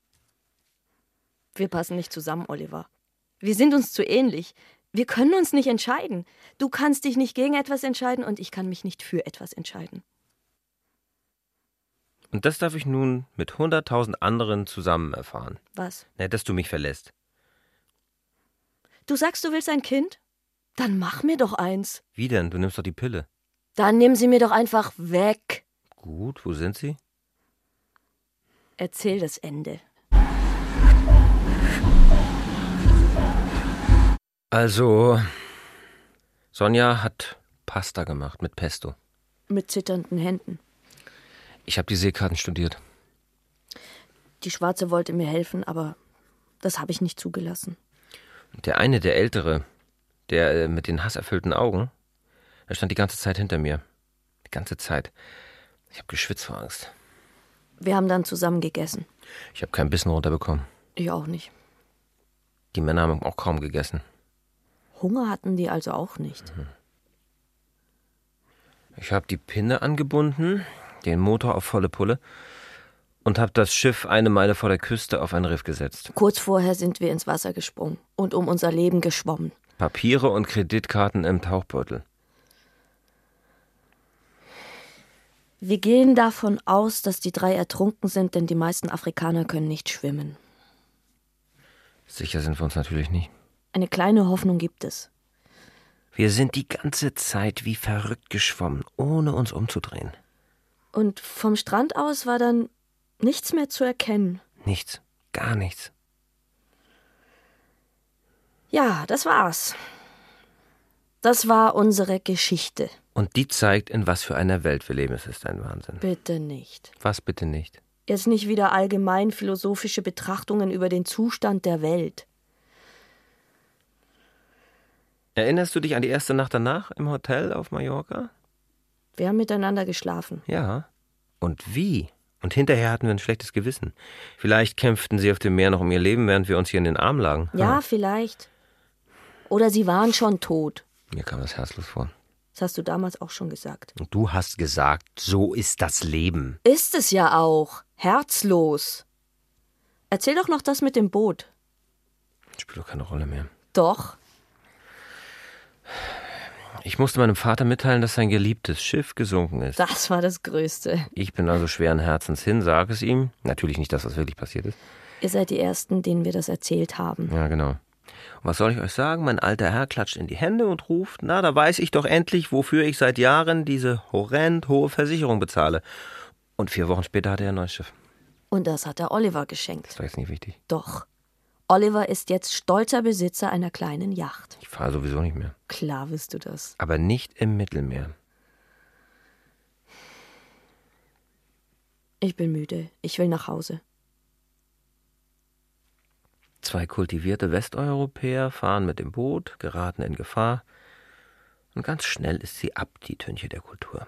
Speaker 5: Wir passen nicht zusammen, Oliver. Wir sind uns zu ähnlich. Wir können uns nicht entscheiden. Du kannst dich nicht gegen etwas entscheiden und ich kann mich nicht für etwas entscheiden.
Speaker 2: Und das darf ich nun mit hunderttausend anderen zusammen erfahren.
Speaker 5: Was?
Speaker 2: Na, dass du mich verlässt.
Speaker 5: Du sagst, du willst ein Kind? Dann mach mir doch eins.
Speaker 2: Wie denn? Du nimmst doch die Pille.
Speaker 5: Dann nehmen Sie mir doch einfach weg.
Speaker 2: Gut, wo sind sie?
Speaker 5: Erzähl das Ende.
Speaker 2: Also, Sonja hat Pasta gemacht mit Pesto.
Speaker 5: Mit zitternden Händen.
Speaker 2: Ich habe die Seekarten studiert.
Speaker 5: Die Schwarze wollte mir helfen, aber das habe ich nicht zugelassen.
Speaker 2: Der eine, der ältere, der äh, mit den hasserfüllten Augen, der stand die ganze Zeit hinter mir. Die ganze Zeit. Ich habe geschwitzt vor Angst.
Speaker 5: Wir haben dann zusammen gegessen.
Speaker 2: Ich habe keinen Bissen runterbekommen.
Speaker 5: Ich auch nicht.
Speaker 2: Die Männer haben auch kaum gegessen.
Speaker 5: Hunger hatten die also auch nicht.
Speaker 2: Ich habe die Pinne angebunden, den Motor auf volle Pulle und habe das Schiff eine Meile vor der Küste auf ein Riff gesetzt.
Speaker 5: Kurz vorher sind wir ins Wasser gesprungen und um unser Leben geschwommen.
Speaker 2: Papiere und Kreditkarten im Tauchbeutel.
Speaker 5: Wir gehen davon aus, dass die drei ertrunken sind, denn die meisten Afrikaner können nicht schwimmen.
Speaker 2: Sicher sind wir uns natürlich nicht.
Speaker 5: Eine kleine Hoffnung gibt es.
Speaker 2: Wir sind die ganze Zeit wie verrückt geschwommen, ohne uns umzudrehen.
Speaker 5: Und vom Strand aus war dann nichts mehr zu erkennen.
Speaker 2: Nichts, gar nichts.
Speaker 5: Ja, das war's. Das war unsere Geschichte.
Speaker 2: Und die zeigt, in was für einer Welt wir leben. Es ist ein Wahnsinn.
Speaker 5: Bitte nicht.
Speaker 2: Was bitte nicht?
Speaker 5: Jetzt nicht wieder allgemein philosophische Betrachtungen über den Zustand der Welt.
Speaker 2: Erinnerst du dich an die erste Nacht danach im Hotel auf Mallorca?
Speaker 5: Wir haben miteinander geschlafen.
Speaker 2: Ja. Und wie? Und hinterher hatten wir ein schlechtes Gewissen. Vielleicht kämpften sie auf dem Meer noch um ihr Leben, während wir uns hier in den Arm lagen. Ah,
Speaker 5: Ja, vielleicht. Oder sie waren schon tot.
Speaker 2: Mir kam das herzlos vor.
Speaker 5: Das hast du damals auch schon gesagt.
Speaker 2: Und du hast gesagt, so ist das Leben.
Speaker 5: Ist es ja auch. Herzlos. Erzähl doch noch das mit dem Boot.
Speaker 2: Spielt doch keine Rolle mehr.
Speaker 5: Doch.
Speaker 2: Ich musste meinem Vater mitteilen, dass sein geliebtes Schiff gesunken ist.
Speaker 5: Das war das Größte.
Speaker 2: Ich bin also schweren Herzens hin, sag es ihm. Natürlich nicht das, was wirklich passiert ist.
Speaker 5: Ihr seid die Ersten, denen wir das erzählt haben.
Speaker 2: Ja, genau. Und was soll ich euch sagen? Mein alter Herr klatscht in die Hände und ruft, na, da weiß ich doch endlich, wofür ich seit Jahren diese horrend hohe Versicherung bezahle. Und vier Wochen später hatte er ein neues Schiff.
Speaker 5: Und das hat der Oliver geschenkt.
Speaker 2: Das war jetzt nicht wichtig.
Speaker 5: Doch. Oliver ist jetzt stolzer Besitzer einer kleinen Yacht.
Speaker 2: Ich fahre sowieso nicht mehr.
Speaker 5: Klar wirst du das.
Speaker 2: Aber nicht im Mittelmeer.
Speaker 5: Ich bin müde. Ich will nach Hause.
Speaker 2: Zwei kultivierte Westeuropäer fahren mit dem Boot, geraten in Gefahr. Und ganz schnell ist sie ab, die Tönche der Kultur.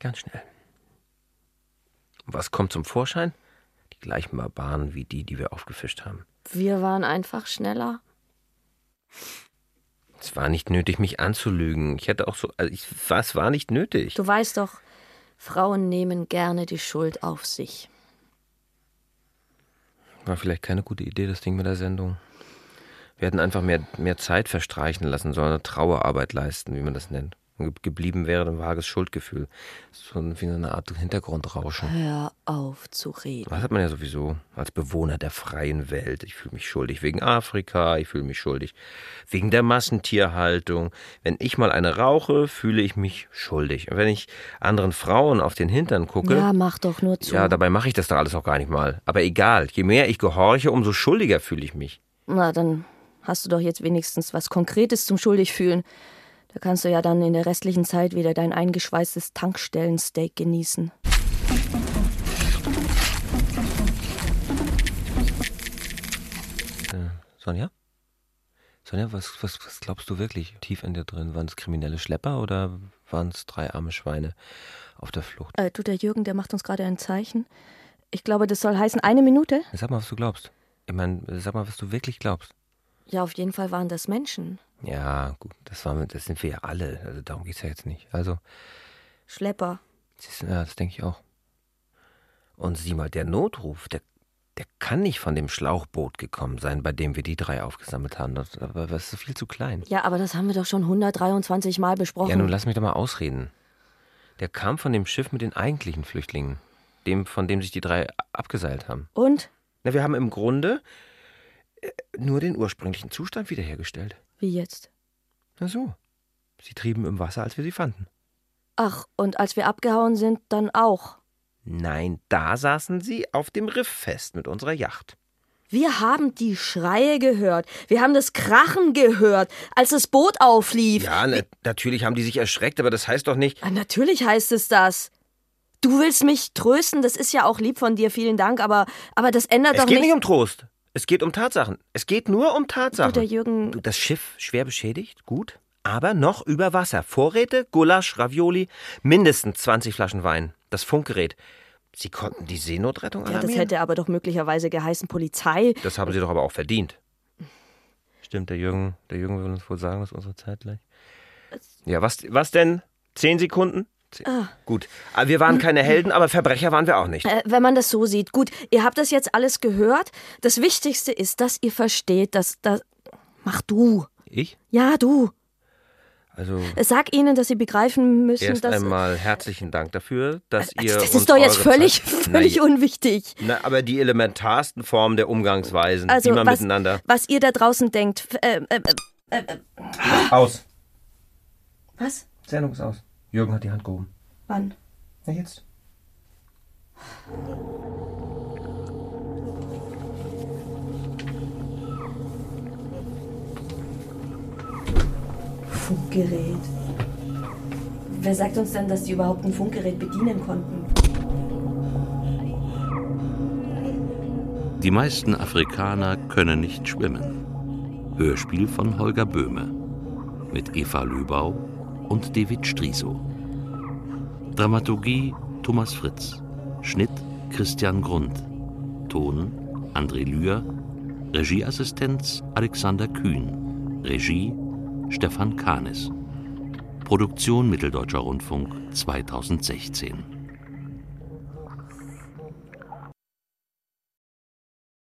Speaker 2: Ganz schnell. Und was kommt zum Vorschein? Die gleichen Barbaren wie die, die wir aufgefischt haben.
Speaker 5: Wir waren einfach schneller.
Speaker 2: Es war nicht nötig, mich anzulügen. Ich hätte auch so. Also ich, es war nicht nötig.
Speaker 5: Du weißt doch, Frauen nehmen gerne die Schuld auf sich.
Speaker 2: War vielleicht keine gute Idee, das Ding mit der Sendung. Wir hätten einfach mehr, mehr Zeit verstreichen lassen sollen, eine Trauerarbeit leisten, wie man das nennt. Und ge- geblieben wäre ein vages Schuldgefühl. So ein- wie eine Art Hintergrundrauschen.
Speaker 5: Hör auf zu reden.
Speaker 2: Das hat man ja sowieso als Bewohner der freien Welt. Ich fühle mich schuldig wegen Afrika, ich fühle mich schuldig wegen der Massentierhaltung. Wenn ich mal eine rauche, fühle ich mich schuldig. Und wenn ich anderen Frauen auf den Hintern gucke,
Speaker 5: Ja, mach doch nur zu.
Speaker 2: Ja, dabei mache ich das doch alles auch gar nicht mal. Aber egal, je mehr ich gehorche, umso schuldiger fühle ich mich.
Speaker 5: Na, dann hast du doch jetzt wenigstens was Konkretes zum Schuldigfühlen. Da kannst du ja dann in der restlichen Zeit wieder dein eingeschweißtes Tankstellensteak genießen.
Speaker 2: Sonja? Sonja, was, was, was glaubst du wirklich tief in dir drin? Waren es kriminelle Schlepper oder waren es drei arme Schweine auf der Flucht?
Speaker 5: Äh, du, der Jürgen, der macht uns gerade ein Zeichen. Ich glaube, das soll heißen eine Minute.
Speaker 2: Sag mal, was du glaubst. Ich meine, sag mal, was du wirklich glaubst.
Speaker 5: Ja, auf jeden Fall waren das Menschen.
Speaker 2: Ja, gut, das, waren, wir- das sind wir ja alle. Also darum geht es ja jetzt nicht. Also,
Speaker 5: Schlepper.
Speaker 2: siehst du, ja, das denke ich auch. Und sieh mal, der Notruf, der, der kann nicht von dem Schlauchboot gekommen sein, bei dem wir die drei aufgesammelt haben. Das, aber das ist viel zu klein.
Speaker 5: Ja, aber das haben wir doch schon 123 Mal besprochen.
Speaker 2: Ja, nun lass mich doch mal ausreden. Der kam von dem Schiff mit den eigentlichen Flüchtlingen. Dem, von dem sich die drei abgeseilt haben.
Speaker 5: Und?
Speaker 2: Na, wir haben im Grunde äh, nur den ursprünglichen Zustand wiederhergestellt.
Speaker 5: Wie jetzt?
Speaker 2: Na so. Sie trieben im Wasser, als wir sie fanden.
Speaker 5: Ach, und als wir abgehauen sind, dann auch.
Speaker 2: Nein, da saßen sie auf dem Riff fest mit unserer Yacht.
Speaker 5: Wir haben die Schreie gehört. Wir haben das Krachen gehört, als das Boot auflief.
Speaker 2: Ja, na, natürlich haben die sich erschreckt, aber das heißt doch nicht.
Speaker 5: Ah, Natürlich heißt es das. Du willst mich trösten, das ist ja auch lieb von dir, vielen Dank, aber, aber das ändert
Speaker 2: Es
Speaker 5: doch
Speaker 2: geht
Speaker 5: nicht.
Speaker 2: nicht um Trost. Es geht um Tatsachen. Es geht nur um Tatsachen.
Speaker 5: du, der Jürgen,
Speaker 2: Du, Das Schiff schwer beschädigt, gut, aber noch über Wasser. Vorräte, Gulasch, Ravioli, mindestens 20 Flaschen Wein. Das Funkgerät. Sie konnten die Seenotrettung
Speaker 5: ja, das
Speaker 2: alarmieren?
Speaker 5: hätte aber doch möglicherweise geheißen Polizei.
Speaker 2: das haben sie doch aber auch verdient. Stimmt, der Jürgen, der Jürgen will uns wohl sagen, dass unsere Zeit gleich. Ja, was, was denn? Zehn Sekunden? Zehn.
Speaker 5: Ah.
Speaker 2: Gut. Aber wir waren keine Helden, aber Verbrecher waren wir auch nicht.
Speaker 5: Äh, wenn man das so sieht. Gut, ihr habt das jetzt alles gehört. Das Wichtigste ist, dass ihr versteht, dass das. Mach du.
Speaker 2: Ich?
Speaker 5: Ja, du.
Speaker 2: Also.
Speaker 5: Sag ihnen, dass sie begreifen müssen,
Speaker 2: Erst
Speaker 5: dass.
Speaker 2: einmal herzlichen Dank dafür, dass ihr.
Speaker 5: Also, das
Speaker 2: uns
Speaker 5: ist doch jetzt
Speaker 2: eure
Speaker 5: völlig,
Speaker 2: Zeit-
Speaker 5: völlig
Speaker 2: Na,
Speaker 5: unwichtig.
Speaker 2: Na, aber die elementarsten Formen der Umgangsweisen,
Speaker 5: Also,
Speaker 2: wie man
Speaker 5: was,
Speaker 2: miteinander.
Speaker 5: was ihr da draußen denkt. f- Äh, äh, äh,
Speaker 2: Aus.
Speaker 5: was?
Speaker 2: Sendung ist aus. Jürgen hat die Hand gehoben.
Speaker 5: Wann?
Speaker 2: Na jetzt.
Speaker 3: Funkgerät. Wer sagt uns denn, dass die überhaupt ein Funkgerät bedienen konnten?
Speaker 1: Die meisten Afrikaner können nicht schwimmen. Hörspiel von Holger Böhme mit Eva Lübau und David Striso. Dramaturgie Thomas Fritz. Schnitt Christian Grund. Ton André Lühr. Regieassistenz Alexander Kühn. Regie Stefan Kahnes. Produktion Mitteldeutscher Rundfunk 2016.